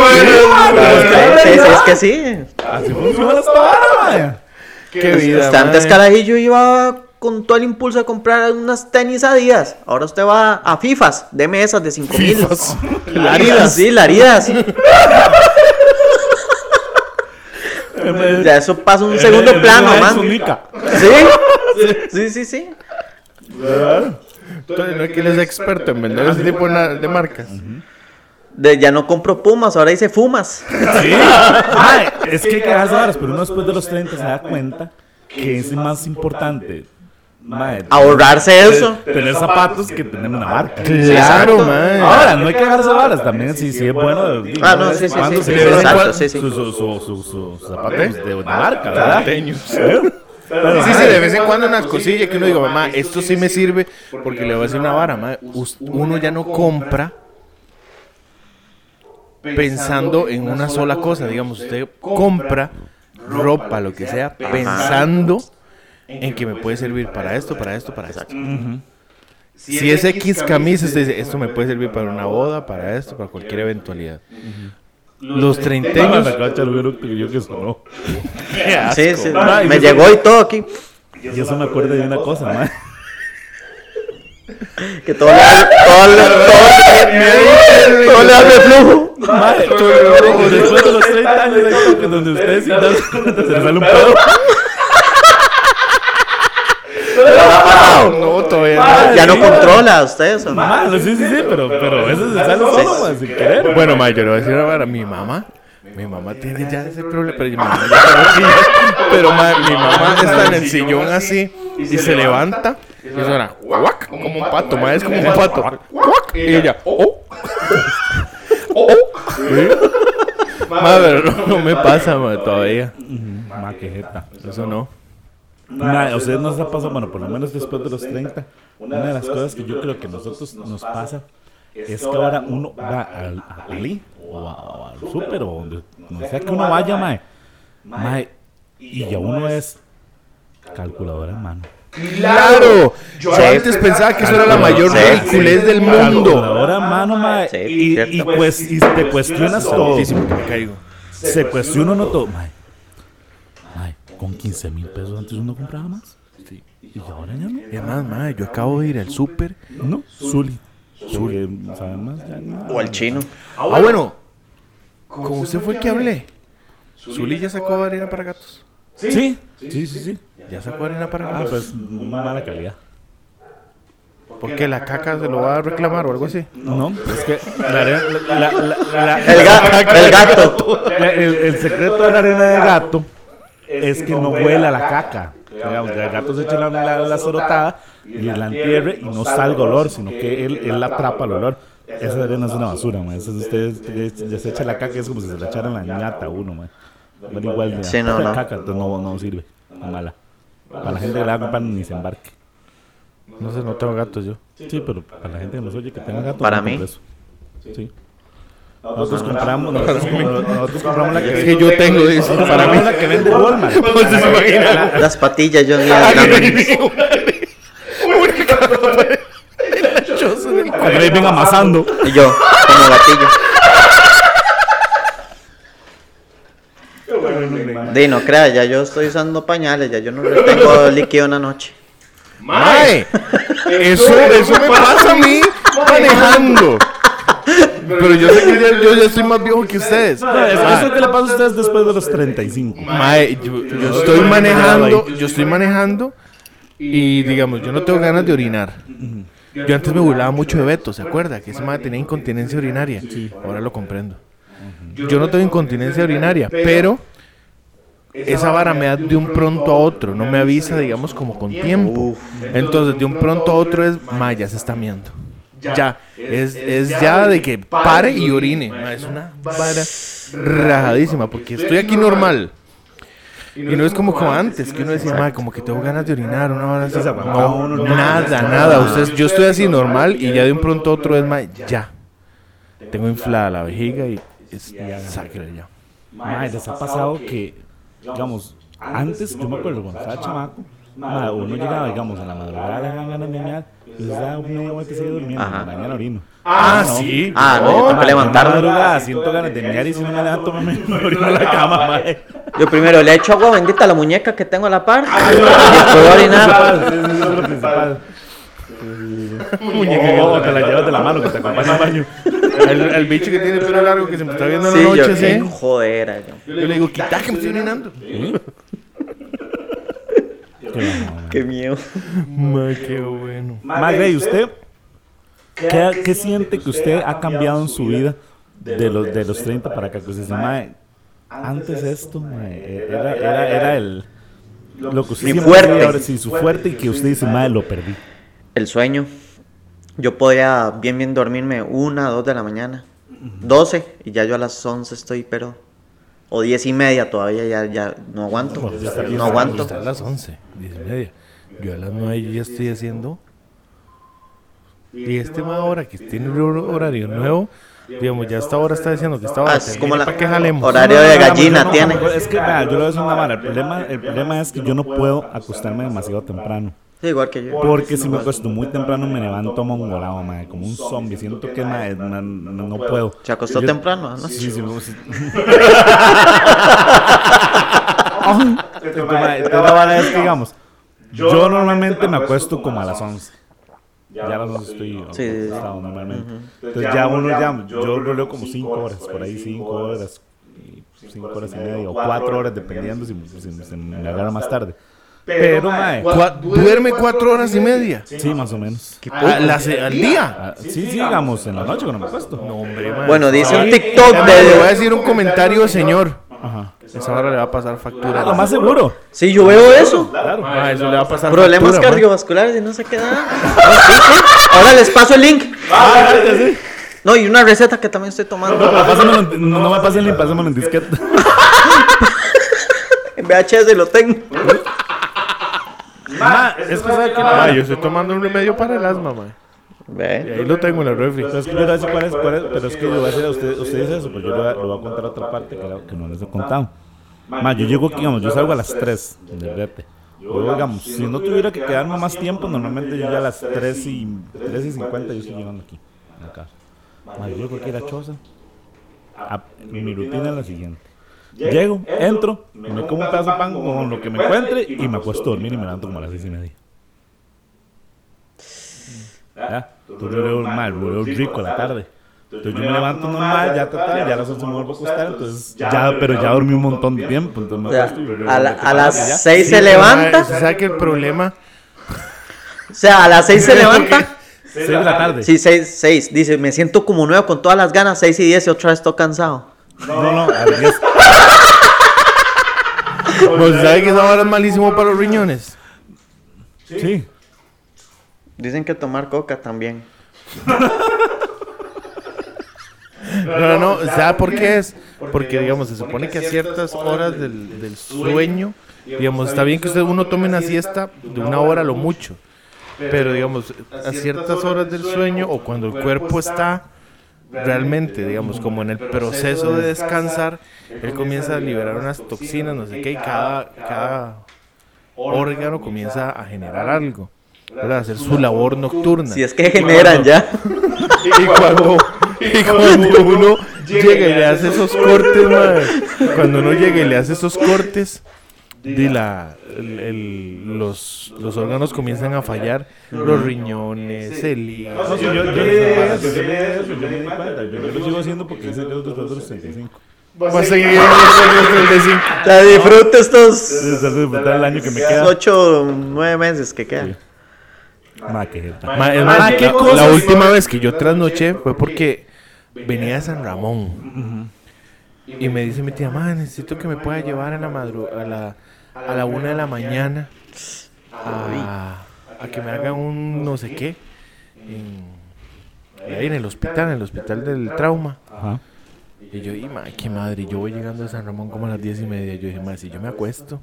Es que- es- es que sí. Así funciona esta vara, Qué vida. Usted Este, antes, mae. carajillo, iba con todo el impulso a comprar unas tenis a días. Ahora usted va a FIFAs. Deme esas de 5 mil. Laridas. [LAUGHS] Sí, laridas. mae. Ya eso pasa a un [LAUGHS] segundo Eh, plano, eh, man. Zunica. ¿Sí? [LAUGHS] Sí, sí, sí. Entonces, no es que él es experto en vender ese tipo de, na- de marcas. De, ya no compro pumas, ahora dice fumas. Sí. Mae, es que hay que dejarse varas, pero uno después de los 30 se da cuenta que es más importante. Mae, Ahorrarse eso. tener zapatos que tener una marca. Claro, man. Ahora, no hay que agarrarse varas también, si, si es bueno. digo, Ah, no, de sí, vez sí, en cuando sí, se sí, le ve exacto, cual- sí, sí. Su, su, su, su, Ah, su ¿Eh? zapatos pues, de una marca, ¿verdad? Pero, Ah, pues, Sí, sí, mae, de vez en cuando unas cosillas que uno diga, mamá, esto sí me sirve porque le voy a decir una vara, mamá. Us- Uno ya no compra pensando en una sola cosa, digamos, usted compra ropa, lo que sea, pensando en que me puede servir para esto, para esto, para esto. Si es X camisa, usted dice, esto me puede servir para una boda, para esto, para cualquier eventualidad. Los Tengo treinteños... [LAUGHS] la cacha lo vieron que yo que sonó. Sí, sí. Ay, Me yo- llegó y todo aquí. Y eso me acuerda de una cosa, mae. Que todo le da todo le- todo le- todo le da [LAUGHS] reflujo. Madre, Como después de los 30 años hay como que donde ustedes sin darse cuenta se les sale un pedo. No, todavía Madre. no. Ya no controla usted eso. ¿no? Malo, sí, sí, sí, pero, pero a veces se sale solo, man, sin querer. Bueno, ma, yo le voy a decir ahora, mi mamá. Mi mamá tiene ya ese problema. Pero, mi mamá ya está en el sillón. Pero, ma, mi mamá está en el sillón así y se levanta y suena guac, como un pato, ma, es como un pato. Guac, y ella, oh. [LAUGHS] Oh. Ma, pero no, no me pasa, ma, todavía. Ma, qué jeta. Eso no. Ma, o sea, nos ha pasado, bueno, por lo menos después de los 30, una de las cosas que yo creo que nosotros nos pasa es que ahora uno va al, a Lali o, a- o al súper o donde donde sea que uno vaya, mae. Mae, y ya uno es calculadora en mano. Claro, yo antes pensaba que eso era la mayor Sí, sí. ridiculez del mundo. Calculadora en mano, mae. Ah, Sí, Y, y, cierto. pues, y te cuestionas todo. Santísimo, que me caigo. Se cuestiona uno todo. Mae, mae, con 15 mil pesos antes uno compraba más. Y ahora ya no. Es más, ma, yo acabo de ir al súper. No, Zuli. Zuli, Eh, ¿saben más? Ya, no. O al chino. Ah, bueno. ¿Con usted fue el que hablé? Zuli ya sacó arena para gatos. Sí, sí, sí, sí. Ya sacó arena para Ah, gatos. pues, pues mala calidad. Porque la caca se lo va a reclamar o algo así. No, es que la arena- la- la- la- la- El, ga- el gato. la- el, el secreto de la arena de gato es que no huela la caca. Digamos, el gato se echa la, la, la sorotada y la entierre y no salga olor, sino que él, él atrapa el olor. Esa arena es una basura, man. Esas ustedes ustedes ya se echa la caca y es como si se la echaran la ñata a uno, man. Pero igual de Sí, no, no. caca, entonces no, no sirve. Mala. Para la gente que la haga pan ni se embarque. No sé, no tengo gatos yo. Sí, pero para la gente que nos oye que tenga gato. Para no mí. compre eso. Sí. Nosotros compramos, nosotros, compramos- nosotros compramos la que Es que vende. yo tengo, dice. Nosotros Para mí compramos la que vende Walmart. Entonces, imagina. Las patillas, yo ni las gano. Para que venga amasando. Y yo, como gatillo. Di, no crea, ya yo estoy usando pañales, ya yo no le tengo líquido una noche. Mae, eso, eso me pasa a [LAUGHS] mí manejando. Pero yo sé que ya- yo ya soy más viejo que ustedes. Ah. Eso que le pasa a ustedes después de los 35. Mae, yo, yo estoy manejando, yo estoy manejando y digamos, yo no tengo ganas de orinar. Yo antes me burlaba mucho de Beto, ¿se acuerda? Que ese mae tenía incontinencia urinaria. Ahora lo comprendo. Yo no tengo incontinencia urinaria, pero esa vara me da de un pronto a otro, no me avisa, digamos, como con tiempo. Entonces, de un pronto a otro es, mae, ya se está miando. Ya, es, es ya de que pare y orine. Mae, Es una vara rajadísima, porque estoy aquí normal. Y no es como como antes, que uno decía, "Ma, como que tengo ganas de orinar, una hora así". No, uno, no, nada, no, nada. no, Ustedes, yo estoy así normal y ya de un pronto a otro es más, ya. Tengo inflada la vejiga y es, sáquela ya. Madre, les ha pasado que, digamos, antes, yo me acuerdo cuando estaba chamaco, madre, uno llegaba, digamos, a la madrugada, le daban ganas de mear, y se daba media vuelta y seguía durmiendo, en la Ajá. mañana orino. Ah, no. sí. Ah, no, yo tengo que Yo levantarme. madrugada siento ganas de mear y si no me levanto, me [LAUGHS] me orino en la cama, [LAUGHS] madre. Yo primero le echo agua bendita a la muñeca que tengo a la par. Y puedo orinar. Sí, sí, Oh, sí, eso es lo principal. Muñeca, o te la llevas de la mano que te acompaña al baño. El, el bicho que tiene pelo largo que se me está viendo en la Sí, yo, noche, qué sí. jodera. Yo Yo. le digo, quita que me estoy orinando. Qué miedo. Ma, qué bueno. Magre, ¿y usted? ¿Qué, qué siente que usted ha cambiado en su vida de los, de los 30 para acá? Que usted dice, "Mae, antes esto mae, era, era, era el, lo que usted Mi siempre fuerte. quería, ahora sí, su fuerte y que usted dice, madre, lo perdí. El sueño. Yo podía bien bien dormirme una, dos de la mañana. 12 y ya yo a las 11 estoy, pero... O diez y media todavía, ya, ya no aguanto. No aguanto. Está a las 11, 10 y media. Yo a las 9 ya estoy haciendo. Y este ma ahora que tiene el hor- horario nuevo, digamos, ya hasta ahora está diciendo que está Ah, ahora. es como la ¿Para qué jalemos? horario de gallina No, tiene. Es que, vea, yo lo veo es una mala. El problema, el problema es que yo no puedo acostarme demasiado temprano. Sí, igual que yo. Porque si me acuesto muy temprano me levanto mongolado, madre, como un zombie. Siento que mae, na- no, no puedo. Se acostó Yo- temprano, ¿no? Sí, sí, [LAUGHS] vamos. "Este [LAUGHS] Entonces, la vara es que, digamos, yo normalmente me acuesto como a las 11. ya los estoy Sí, sí, sí. ocupado normalmente. Entonces ya uno ya, yo lo leo como 5 horas, por ahí 5 horas, 5 horas y media o 4 horas dependiendo si, si- si me agarra más tarde. Pero, mae, Cua- duerme cuatro horas y media. sí, más o menos. A- las- al día. Ah, sí, sí, digamos, en la noche cuando me acuesto. No, hombre, mae. Bueno, dice un Ay, TikTok ya, mae, Le voy a de... decir un comentario, señor. Ajá. Esa hora le va a pasar factura. Ah, lo más seguro. Sí, yo veo eso. Claro, mae, eso le va a pasar Problemas factura, mae. cardiovasculares y no sé qué da. No, sí, sí. Ahora les paso el link. No, y una receta que también estoy tomando. Pásamelo en- no, no me pasen ni pásamelo en disquete. En VHS lo tengo. Ma, es que sabe que Mae, Ah, yo estoy tomando un remedio para el asma, mae. Y Ve. ahí lo tengo en la refri. Pero es que yo le voy a decir cuál es, cuál es- pero es que yo le voy a decir a ustedes, ustedes eso, pero yo le voy a, le voy a contar otra parte que, la- que no les he contado. Ma, yo llego aquí, digamos, yo salgo a las 3 del rete. Yo, digamos, si no tuviera que quedarme más tiempo, normalmente yo ya a las 3 y, 3 y 50 yo estoy llegando aquí, a la casa. Ma, yo llego aquí a la choza. A- mi rutina es la siguiente. Llego, entro, me como un pedazo de pan con lo que me encuentre y me acuesto a dormir y me levanto como a las 6 y media. ¿Ya? Entonces yo leo mal, leo rico a la tarde. Entonces yo me levanto normal, ya ta, ta, ya a las 11 me vuelvo a acostar, entonces ya, pero ya dormí un montón de tiempo, entonces me O sea, acuesto y luego a, la- me a las acuesto 6 se Mae, levanta. ¿Usted sabe que el problema? O sea, a las 6 se levanta. y ya. 6 de la tarde. Sí, 6, 6. Dice, me siento como nuevo con todas las ganas. 6 y 10 y otra vez estoy cansado. No, no, a las 10. Pues, ¿Sabe que esa hora es malísimo para los riñones? Sí. Dicen que tomar coca también. No, no, no, ¿sabe por qué es? Porque, digamos, se supone que a ciertas horas del, del sueño, digamos, está bien que usted uno tome una siesta de una hora a lo mucho, pero, digamos, a ciertas horas del sueño o cuando el cuerpo está realmente, digamos, como en el proceso de descansar, él comienza a liberar unas toxinas, no sé qué, y cada, cada órgano comienza a generar algo, ¿verdad? A hacer su labor nocturna. Si es que generan ya. [LAUGHS] Y [LAUGHS] cuando, y cuando uno llega y le hace esos cortes, madre, cuando uno llega y le hace esos cortes, di la, el- el- los, los órganos comienzan a fallar, los riñones, el No, hígado. sí, yo, yo, leí eso, yo leí eso, yo me di cuenta, yo, yo lo sigo haciendo porque hice los otros 35. Va a seguir en los sueños del de O sea, disfruta estos Desde de disfrutar el año que me queda. 8 9 meses que quedan. Ma, que jeta. Ma- es más, la- La última vez que yo trasnoché fue porque venía de San Ramón. Y me dice mi tía, ma, necesito que me pueda llevar a la madru- a la, a la una de la mañana a, a que me hagan un no sé qué. En, ahí en el hospital, en el hospital del trauma. Ajá. Y yo, y ma, qué madre, yo voy llegando de San Ramón como a las diez y media. Yo dije, ma, si yo me acuesto,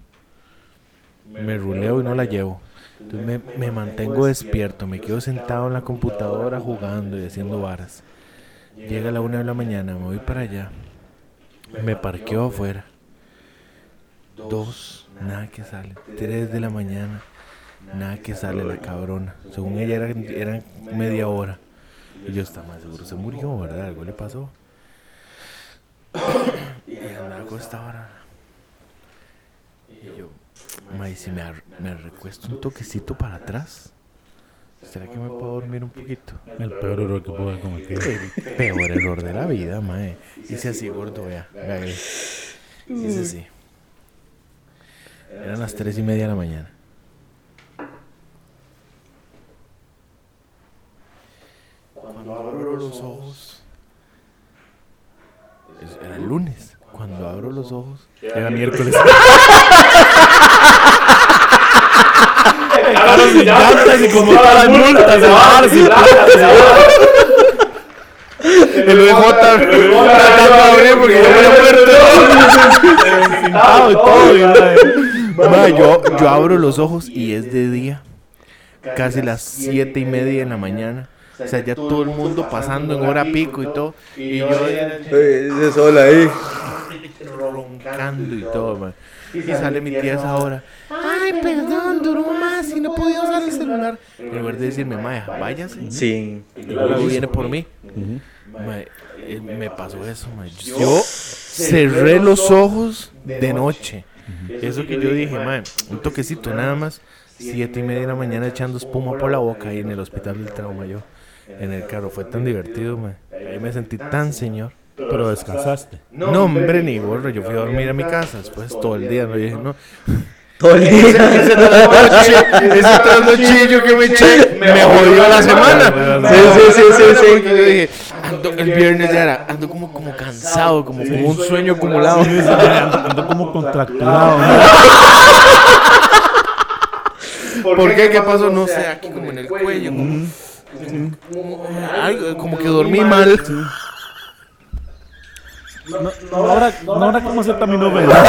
me ruleo y no la llevo. Entonces me, me mantengo despierto, me quedo sentado en la computadora jugando y haciendo varas. Llega la una de la mañana, me voy para allá. Me parqueo afuera. Dos, nada que sale. Tres de la mañana, nada que sale la cabrona. Según ella eran, eran media hora. Y yo estaba más seguro, se murió, ¿verdad? Algo le pasó. Y andaba acostado ahora. Y yo, ma, y si me, ar- me recuesto un toquecito para atrás, ¿será que me puedo dormir un poquito? El peor error que pude cometer. Peor error de la vida, mae. Hice así, gordo, vea. vea, vea. Hice así. Eran las tres y media de la mañana. Cuando abro los ojos. es- Era el lunes. Cuando abro los ojos. Era miércoles. y como todas las multas de El VJ tratando de abrir porque yo me Sentado y todo, y nada, eh. Ma, yo, yo abro los ojos y es de día. Casi las siete y media de la mañana. O sea, ya todo el mundo pasando en hora pico y todo. Y yo [LAUGHS] Ese sol ahí. roncando y todo, ma. Y sale mi tía a esa hora. Ay, perdón, duró más y no podía usar el celular. En lugar de decirme, ma, váyase. Sí. Y luego viene por mí. Ma, eh, me pasó eso, ma. Yo cerré los ojos de noche. Eso que yo dije, ma, un toquecito nada más. siete y media de la mañana echando espuma por la boca ahí en el hospital del trauma yo. En el carro fue tan divertido, man. Ahí me sentí tan señor. Pero descansaste. No, hombre, pues, ni gorro. Yo fui a dormir a mi casa después todo el día. No, yo dije, no. [LAUGHS] [LAUGHS] Todo el día. Ese trasnochillo que me eché me jodió la semana. Sí, sí, sí, sí. sí. Porque Yo dije, ando, el viernes ya era, ando como, como cansado, como, como un sueño acumulado. Sí, sí, ando, ando como contracturado. ¿no? ¿Por qué? ¿Qué pasó? No sé, aquí como en el cuello. pues, como- Como, algo, como que dormí mal. No ahora, no ahora cómo acepta mi novedad.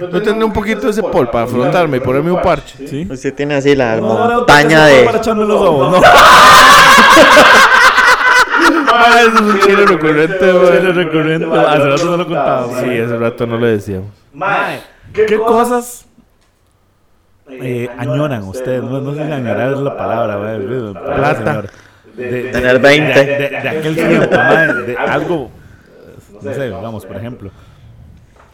No tendré un poquito de ese pol para afrontarme y ponerme un parche. ¿Sí? Usted tiene así la No, ahora montaña tengo de. Para echarme los ojos, no. Ah, eso es un chile recurrente, Chile recurrente. Hace rato no lo contaba. Sí, mae. hace rato no le decíamos. Mae, ¿Qué cosas eh, añoran ustedes? No, no sé si añorar es la palabra, mae, pero- Plata. señor. De, de- Tener de- 20. De, de aquel tiempo, mae, de [LAUGHS] algo, no sé, vamos, por ejemplo.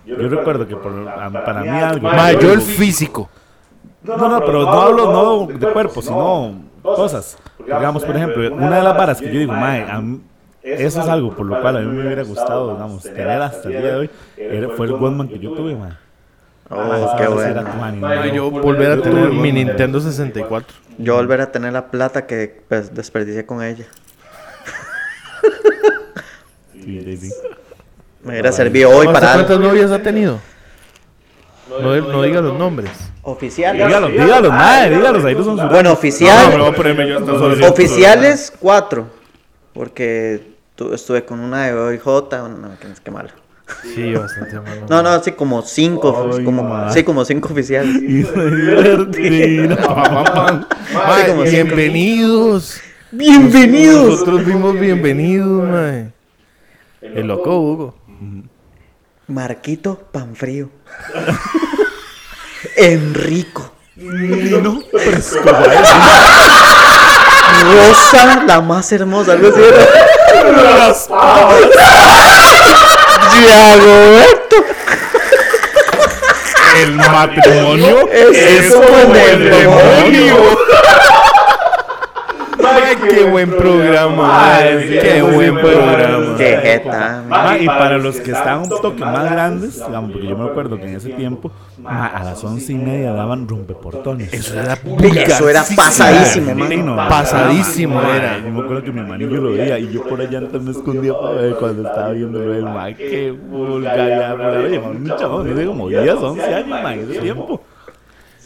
Yo recuerdo que por- a- para mí algo... Ma, yo el algo- físico. No, no, no, pero no hablo no de cuerpo, sino cosas. Digamos, por ejemplo, una de las varas que yo digo, mae, a mí- eso es algo por lo cual a mí me hubiera gustado, digamos, tener hasta el día de hoy, era- fue el Walkman que yo tuve, Ah, mae. Oh, qué bueno. Ay, yo volver a tener mi Nintendo 64. Yo volver a tener la plata que pues, desperdicié con ella. Me hubiera servido hoy para ¿Cuántas algo. novias ha tenido? No, no diga los nombres. Oficiales. Dígalo, dígalo, madre, dígalo, ahí no son sus- Bueno, eh, oficial. voy a ponerme yo hasta solo. oficiales, cuatro. Porque tu- estuve con una de OIJ. No, que es que malo. Sí, bastante malo. No, no, sí, como cinco. Ay, como, ma. sí, como cinco oficiales. [LAUGHS] Y se divertirá. Ma, Sí, como bienvenidos. ¡Bienvenidos! Nosotros vimos bienvenidos, mae. El loco Hugo. Marquito Panfrío. [LAUGHS] Enrico. Nino Fresco. Rosa, la más hermosa. Algo así era. El matrimonio [LAUGHS] Es es como el demonio. Ay, qué buen programa. Ay, sí, qué eso sí buen me programa. parece. Eh, Qué jeta. ma. Ma, y para los que estaban un toque más grandes, digamos, porque yo me acuerdo que en ese tiempo, ma, a las once y media daban rompeportones. Eso era Eso era vulgarísimo. pasadísimo, Sí, man. no, Pasadísimo ma, era. Yo me acuerdo que mi hermanillo lo veía y yo por allá antes me escondía para ver cuando estaba viendo el ma. Qué vulgaridad, ma. Oye, ma, un chabón, yo tenía como 10, 11 años, ma, en ese tiempo.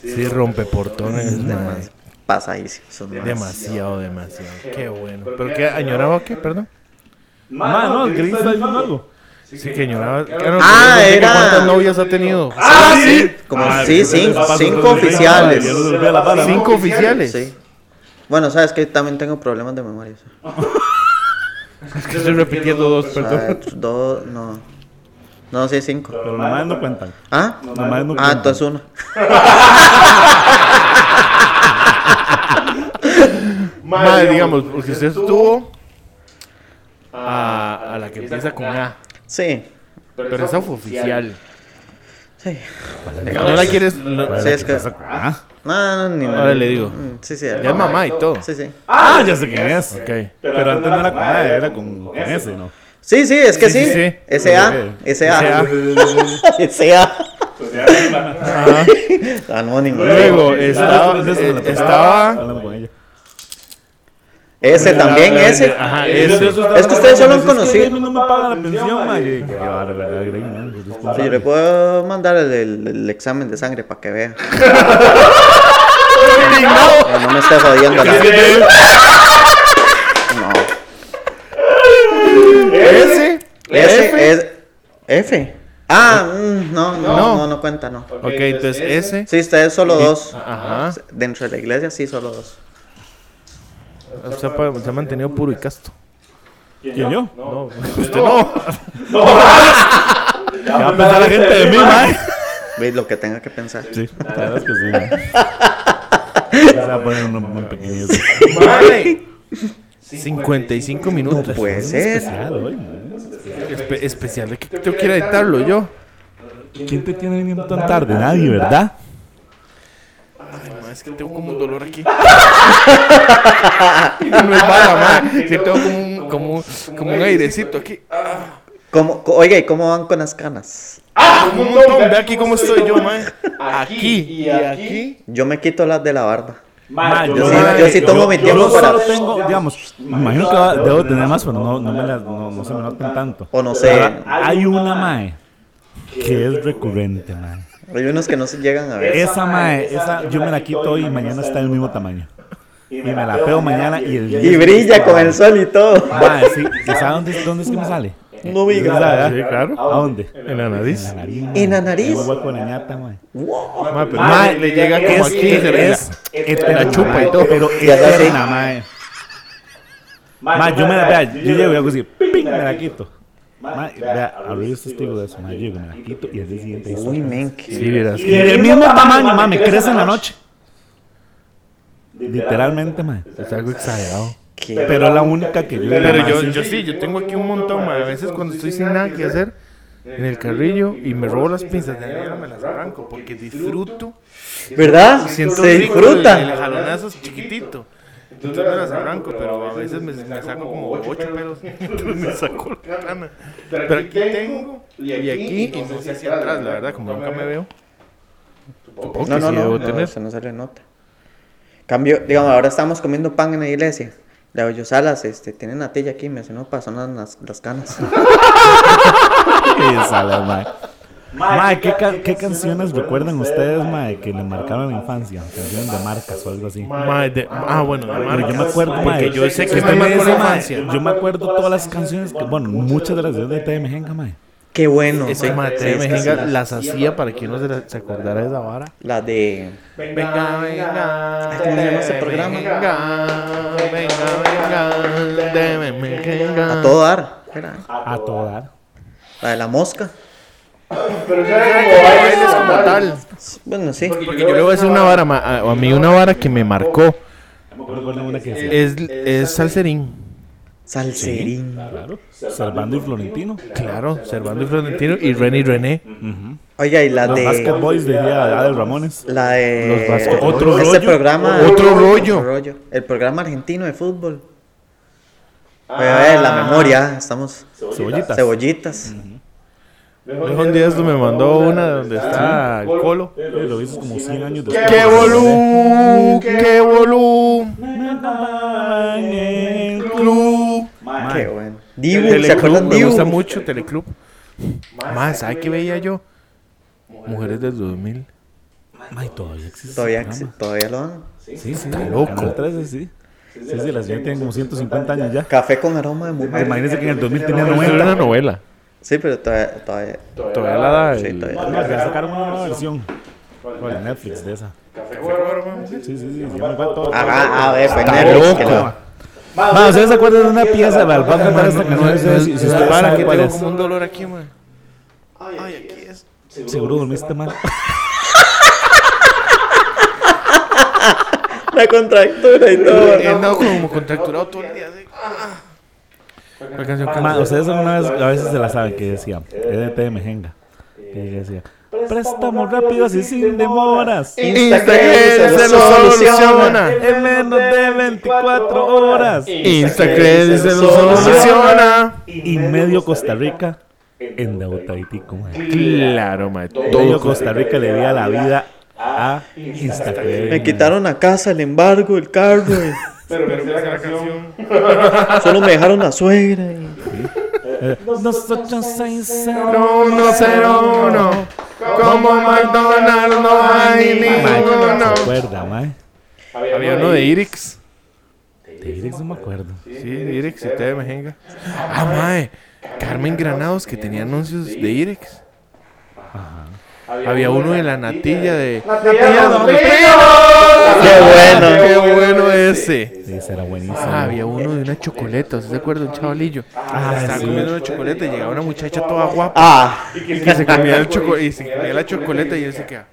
Sí, rompe portones, mae. Pasadísimo. Son más. Demasiado, demasiado. Qué bueno. ¿Pero qué añoraba qué? Perdón. Ma, no, ¿qué está diciendo algo? Sí, que añoraba. Ah, no, Ah, no sé que era- ¿Cuántas novias ha tenido? ¡Ah, sí! Como sí, sí, cinco Ya oficiales. no se olvida la palabra, ¿no? Cinco oficiales. Sí. Bueno, sabes que también tengo problemas de memoria. sí. Es que estoy repitiendo dos, perdón. Ah, Dos, no. No, sí, cinco. Pero nomás no cuentan. ¿Ah? Nomás no Ah, cuentan. entonces uno. Mae, digamos, porque usted estuvo a, a la que empieza con A. Sí. Pero esa fue oficial. Sí. No la quieres. no- Sí, es que. Ah, No, no, ni Ahora le digo. Mm, Sí, sí. Ya es mamá y todo. Sí, sí. ah, ya sé quién es. Ok. Pero antes no era con A, era con, con S, ¿no? Sí, sí, es que Sí, sí. sí, sí. S.A. S.A. [LAUGHS] S.A. Ah, Anónimo. Luego Ah, estaba. entonces eh, la tocaba. estaba Hablan con ella. S también, S. Ajá, Ah, ese. Es que ustedes solo han Es que conocido. no me pagan la pensión, ma. Qué bárbaro, qué bárbaro. Sí, yo le puedo mandar el, el- el examen de sangre para que vea. no, no me estés jodiendo. la- No. Ese. S es F. Ah, mm, no, no, No. no, no cuenta, no. Ok, entonces ese. Sí, ustedes solo dos. Ajá. Dentro de la iglesia, sí, solo dos. O sea, pa- se ha mantenido puro y casto. ¿Quién yo? No. Usted no. Ya va a pensar la gente de mí, ma. Veis lo que tenga que pensar. Sí, la verdad es que sí, ma. Ya Se va a poner uno muy pequeñito. Vale. 55 minutos. Puede ser. Especial hoy, ma. Espe- especial. de que Yo quiero editarlo yo. ¿Quién te tiene viniendo tan tarde? Nadie, ¿verdad? Ay, ma, es que tengo como un dolor [LAUGHS] aquí. no es mala, ma. Sí, tengo como un, como, un- como un airecito aquí. Ah, ¿Cómo, co- oiga, ¿y cómo van con las canas? como un montón. Ve aquí cómo estoy yo, ma. Aquí y aquí. Yo me quito las de la barba. Ma, yo sí- yo sí tomo mi tiempo yo solo para- tengo, digamos, me imagino que va- debo tener más, pero no, no, me las, no, no se me notan tanto. O no sé. Ahora, Hay una mae que es recurrente, mae. Hay unos que no se llegan a ver. Esa mae, esa yo me la quito hoy y mañana está del mismo tamaño. Y me la pego mañana y el Y brilla con el sol y todo. Mae, sí, ¿y sabe dónde, dónde es que me sale? No me ¿Sí digas. sabe, Sí, ah? claro. ¿A dónde? En la nariz. En la nariz. Un hueco en la ñata, mae. Ma, pero ma, le llega como aquí y se ve la- eterna, la chupa y mae, todo. Pero Ya está así. eterna, mae. Ma, yo me la vea, yo llego y hago así, ping, me la quito. Ma, vea, ahora yo estoy testigo de eso, ma, yo llego, me la quito y al día siguiente ahí está. Uy, men, qué- Sí, verás. Y del mismo tamaño, ma, me crece en la noche. Literalmente, ma. Es algo exagerado. qué- Pero es la única que yo Pero ma, yo, sí. yo sí, yo tengo aquí un montón, ma. A veces cuando estoy sin nada que hacer en el carrillo y me robo las pinzas de arriba, me las arranco porque disfruto. ¿Verdad? Siento Se rico El, el disfruta. jalonazo es chiquitito. Entonces me las arranco, pero a veces me, me saco como ocho pelos. Entonces me saco la cana. Pero aquí tengo, y aquí, y no sé hacia atrás, la verdad, como nunca me veo. Supongo No, que no, sí no. debo no tener. eso no se le nota. Cambio, digamos, ahora estamos comiendo pan en la iglesia. Le digo yo, Salas, este, tiene natilla aquí, me hace no pasan las, las canas. Esa la mae. Mae, ¿qué, ca- qué canciones recuerdan ustedes, mae, que le marcaron la infancia? Canciones de marcas o algo así. Ma, de- ah, bueno, de Pero marcas. yo me acuerdo, mae. Porque yo sé que usted estoy me más con dice, la mae, infancia. Yo me acuerdo todas las canciones, que, bueno, muchas de las de TM Mejenga, mae. [LAUGHS] Qué bueno. sí. Esa madre Sí, de es que sí. Mejenga las hacía para que uno se, la- se acordara de esa vara. La de. Venga, venga, Ay, ¿cómo se llama ese programa? Venga, venga, venga, de Mejenga. A todo dar. Era A todo dar. La de la mosca. bailes como tal. Bueno, sí. Porque yo le voy a decir una vara, ma- a, a mí una vara que me marcó Me acuerdo una que decía, es, es Salserín. Salserín. claro, Salvando y Florentino. Claro, Servando y Florentino y René y René. Oiga, y la Los Basket de. Boys de Adel Ramones. La de. Los Basket Boys. Otro Este rollo. programa. Otro rollo. El programa argentino de fútbol. Voy a ver la memoria. Estamos. Cebollitas. Cebollitas. Un día esto me mandó una donde está el Colo. Eh, Lo hizo como 100 años después. ¡Qué volú! ¡Qué volú! Club. Qué bueno. Dibu, ¿se Teleclub, acuerdan me Dibu? gusta mucho Teleclub. Más, ¿sabes qué veía yo? Mujeres del 2000. Mae, todavía existe. Todavía, ese programa. todavía lo hagan. Sí, sí. loco. Canal 13, sí. Sí, sí, las ya tienen como 150 años ya. Café con aroma de mujer. Imagínense que en el 2000 tenía Eso era 90. una novela. Sí, pero todavía. todavía Todavía la da. sí, el- todavía. No, que sacaron una nueva versión. De Netflix, de esa. Sí, sí, sí. Yo me acuerdo todo. Ah, a ver, fue Está Netflix que loco. la- Ma, Ah, ¿ustedes se acuerdan de una pieza? Va, va a No, cantar no, esta no, canción. no, ustedes, si- si ustedes Para saben que cuál tengo es. como un dolor aquí, man. Ay, aquí es. Seguro dormiste mal. [LAUGHS] La contractura y todo. He andado Eh, como contracturado todo el día. así. Ah. ¿Cuál canción Ma, canta? ustedes alguna vez, a veces se la saben, que decía, EDT de Mejenga. Que decía, préstamos rápidos y sin demoras. Instagram se lo soluciona. En menos de 24 horas. Instagram se lo soluciona. Y medio Costa Rica endeudaditico, ma. Claro, man. Todo Costa Rica le dio la vida a Instagram. Me quitaron la casa, el embargo, el carro. y Solo me dejaron la suegra. y- Nosotros seis cero. 101. Como McDonald's no hay No se ninguno. acuerda, mae. Había uno de Irix. Te diré que no me acuerdo. Sí, Irex y TV Mejenga. Ah, mae. Carmen Granados que tenía anuncios de Irex. Había uno de la natilla de. ¡Natilla Don Río! bueno! ¡Qué bueno ese! Sí, será buenísimo. Ah, había uno de una chocoleta, ¿se acuerdan? Un chavalillo. Ah, estaba comiendo una chocoleta y llegaba una muchacha toda guapa Ah, y se comía, el choco- y se comía la chocoleta y él se queda.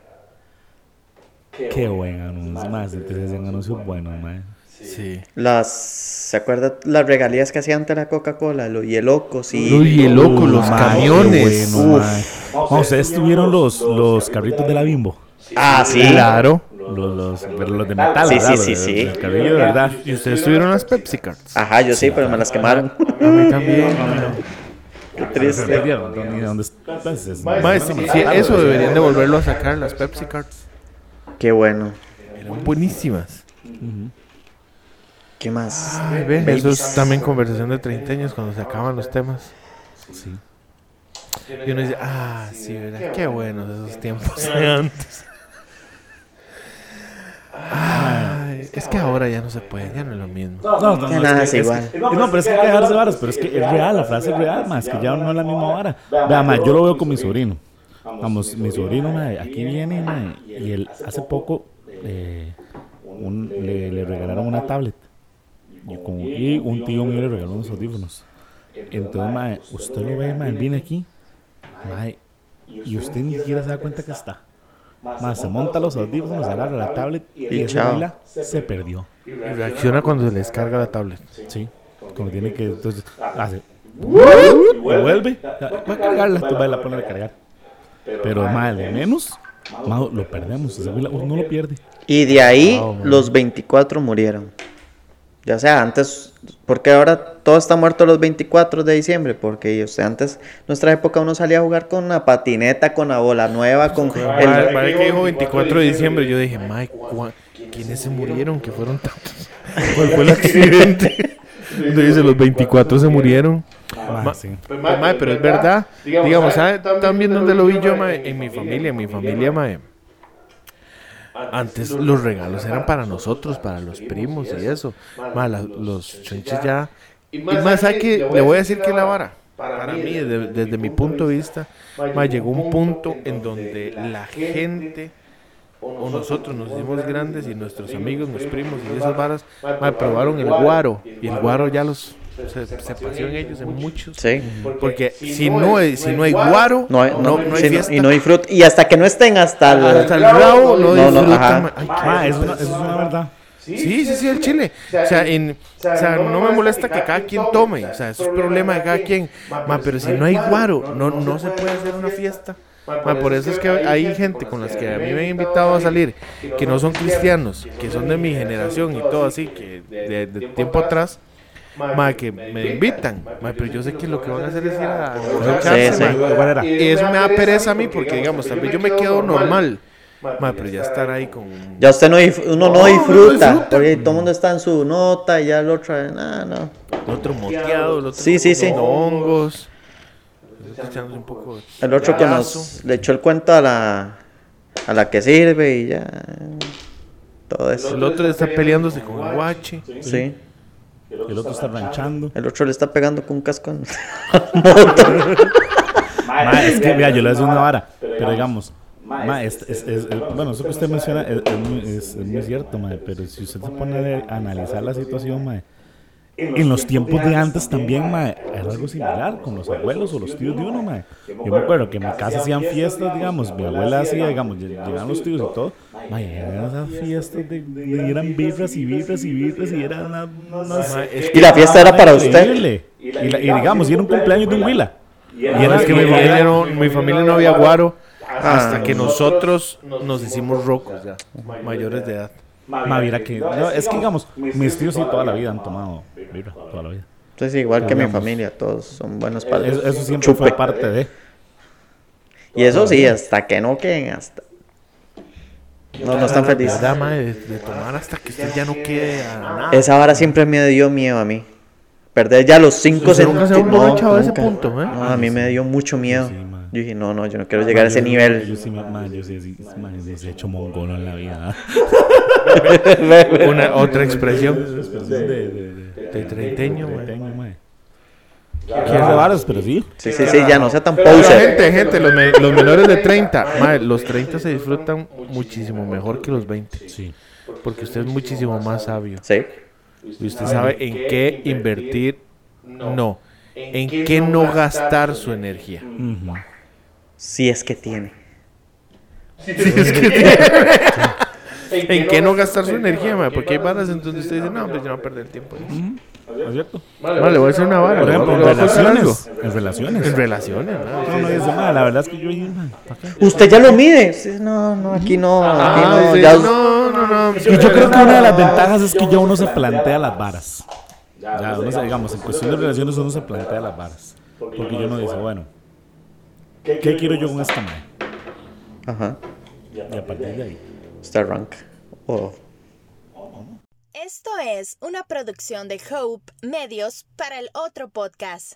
Qué buen anuncio, más. Entonces hacían anuncios buenos, mae. Sí. las. ¿Se acuerdan las regalías que hacían ante la Coca-Cola? Los hielocos y. Uy, el loco, Uy, los mae, camiones. qué bueno, mae. Vamos, ustedes tuvieron los, los carritos de la Bimbo. Ah, sí. Claro. Los, los, los, pero los de metal, Sí, ¿verdad? sí, sí, Los de- sí. los de cabello, ¿verdad? Y ustedes tuvieron las Pepsi Cards. Ajá, yo sí, pero me las quemaron. Ah, A mí también. Qué Se triste. perdieron, no, ni dónde está. Es- es- Mae, sí, sí, eso deberían de volverlo a sacar, las Pepsi Cards. [LAUGHS] Qué bueno. Eran buenísimas. ¿Qué más? Ay, ve, eso es también conversación de treintaños cuando se acaban los temas. Sí. Y uno dice, ah, sí, ¿verdad? Qué buenos esos tiempos de antes. Ay, es que ahora ya no se puede, ya no es lo mismo. No, no, no, Ya nada es que- igual. que- no, pero es que hay que dejarse varas, pero es que es real, la frase es real, más que ya no es la misma vara. Vea, ma, yo lo veo con mi sobrino. Vamos, mi sobrino, ma, aquí viene, ma, y él hace poco eh, un- le, le regalaron una tablet. Y, con- y un tío mío le regaló unos audífonos. Entonces, ma, usted lo ve, ma, él viene aquí, ma, y usted ni siquiera se da cuenta que está. Ma, se monta los audífonos, agarra la tablet y Y esa chao. vela se perdió. Y reacciona cuando se les carga la tablet. Sí, como tiene que. Entonces, hace. Y vuelve. Va a cargarla, tú vas a la poner a cargar. Pero, ¿eh? más de menos, ma, lo perdemos. esa güila, uno no lo pierde. Y de ahí los 24 murieron. Ya sea, antes, porque ahora todo está muerto los 24 de diciembre, porque o sea, antes, nuestra época uno salía a jugar con una patineta, con la bola nueva, con Para el... para que dijo 24 de diciembre, yo dije, Mike, ¿quiénes se murieron? Que fueron [LAUGHS] tantos. ¿Cuál fue el accidente? [LAUGHS] Entonces dice, los 24 se murieron. Ma, Ma- sí. Pues, mae, pero es verdad. Digamos, ¿sabe también dónde lo vi yo, mae? En mi familia, en mi familia, mae. Antes los regalos eran para nosotros, para los primos y eso. Mae, la- los chunches ya. Y más, ¿sabe qué? Le voy a decir que la vara. Para mí, de- desde, mi punto de vista, mae, llegó un punto en donde la gente o nosotros nos hicimos grandes y nuestros amigos, mis primos y esas varas, mae, probaron el guaro. Y el guaro ya los. Se, se paseó en ellos, en muchos. Sí. Porque si no hay, si no hay guaro, No, hay- no, sí, no- fiesta. y no disfruta. Y hasta que no estén hasta el... Hasta el rabo no, No, no, disfrutan, ajá. ma- ay, qué Ma, eso, putas. no- eso Ah, es una verdad. Sí, sí, sí, el chile. O sea, en- o sea, no me molesta que cada quien tome. O sea, eso es problema de cada quien. Ma, pero si no hay guaro, no, no se puede hacer una fiesta. Ma, por eso es que hay gente con las que a mí me han invitado a salir, que no son cristianos, que son de mi generación y todo así, que de, de tiempo atrás, ma, que me invitan. Ma, pero yo sé que lo que van a hacer es ir a Sí, emborracharse, sí. ma. Igual era. Y eso me da pereza a mí porque, digamos, tal vez yo me quedo normal. Ma, pero ya estar ahí con... Ya usted no, dif- uno no, disfruta, disfruta. porque todo el mundo está en su nota y ya el otro, ah, no. otro moteado, el otro Sí, sí, sí. con hongos. Echándose un poco de- El otro que nos Abrazo. le echó el cuento a la, a la que sirve y ya. Todo eso. El otro está peleándose con el guache. Sí. El otro está ranchando. El otro le está pegando con un casco en [LAUGHS] moto. Ma, es que, vea, yo le voy a decir una vara. Pero digamos. Ma, es, es- es- es- bueno, eso que usted menciona es, es muy, es- es muy cierto, ma, pero si usted se pone a analizar la situación, ma, en los tiempos de antes también, ma, era algo similar con los abuelos o los tíos de uno, ma. Yo me acuerdo que en mi casa hacían fiestas, digamos, mi abuela hacía, digamos, lle- llegaban los tíos y todo, ma, y eran esas fiestas de, de- eran birras y birras y birras y eran una- unas- Ma, es Y la fiesta era para usted. increíble. Y, la- y digamos, y era un cumpleaños de un huila. Y Bueno, era es que mi familia no, mi familia no había guaro hasta Ah. que nosotros nos hicimos rocos ya, mayores de edad. Ma, mira que. no, es que digamos, mis tíos sí toda la vida han tomado vibra, toda la vida. Entonces, igual que mi familia, todos son Eh, buenos padres. Eso, eso siempre Chupe. fue parte de. Y eso sí, hasta que no queden, hasta. No, no están felices. La dama de, de tomar hasta que usted ya no quede a nada. Esa vara siempre me dio miedo a mí. Perder ya los cinco Usted nunca se ha centí- no, emborrachado a ese nunca. punto, ¿eh? No, a mí me dio mucho miedo. Sí, man. Yo dije, no, no, yo no quiero llegar a ese Yo- Yo [LAUGHS] nivel. sí, ma- ma, yo sí, sí, ma, yo sí he hecho mongolo en la vida. Eh. Una, otra expresión. De, de, de, De treintaño, güey. Quiero robaros, pero sí. Sí, sí, sí, ya no sea tan Pero poser. gente, gente, los, me- los menores de 30, mae, los 30 se disfrutan muchísimo mejor que los 20. Sí. Porque usted es muchísimo más sabio. Sí. Y usted sabe en qué invertir, no. En qué no gastar su energía. Ujú. Si es que tiene. En qué no gastar su energía, mae, porque hay varas en donde usted dice, no, hombre, yo no voy a perder el tiempo. en eso". ¿no es cierto? Vale, le voy a hacer una vara. Por le voy a- ejemplo, le en voy a contar relaciones. algo. En relaciones. En relaciones, ¿no? No, no dice nada, la verdad es que yo ahí, man, ¿pa' qué? Usted ya lo mide. Sí, No, no, aquí no. Aquí Ah, no. sí, ya- no, no, no. Y yo creo que una de las ventajas es que ya uno se plantea las varas. Ya, uno se, digamos, en cuestión de relaciones uno se plantea las varas. Porque yo no dice, bueno, ¿qué quiero yo con esta madre? Ajá. Y a partir de ahí. Está rank. Oh. Esto es una producción de Hope Medios para el otro podcast.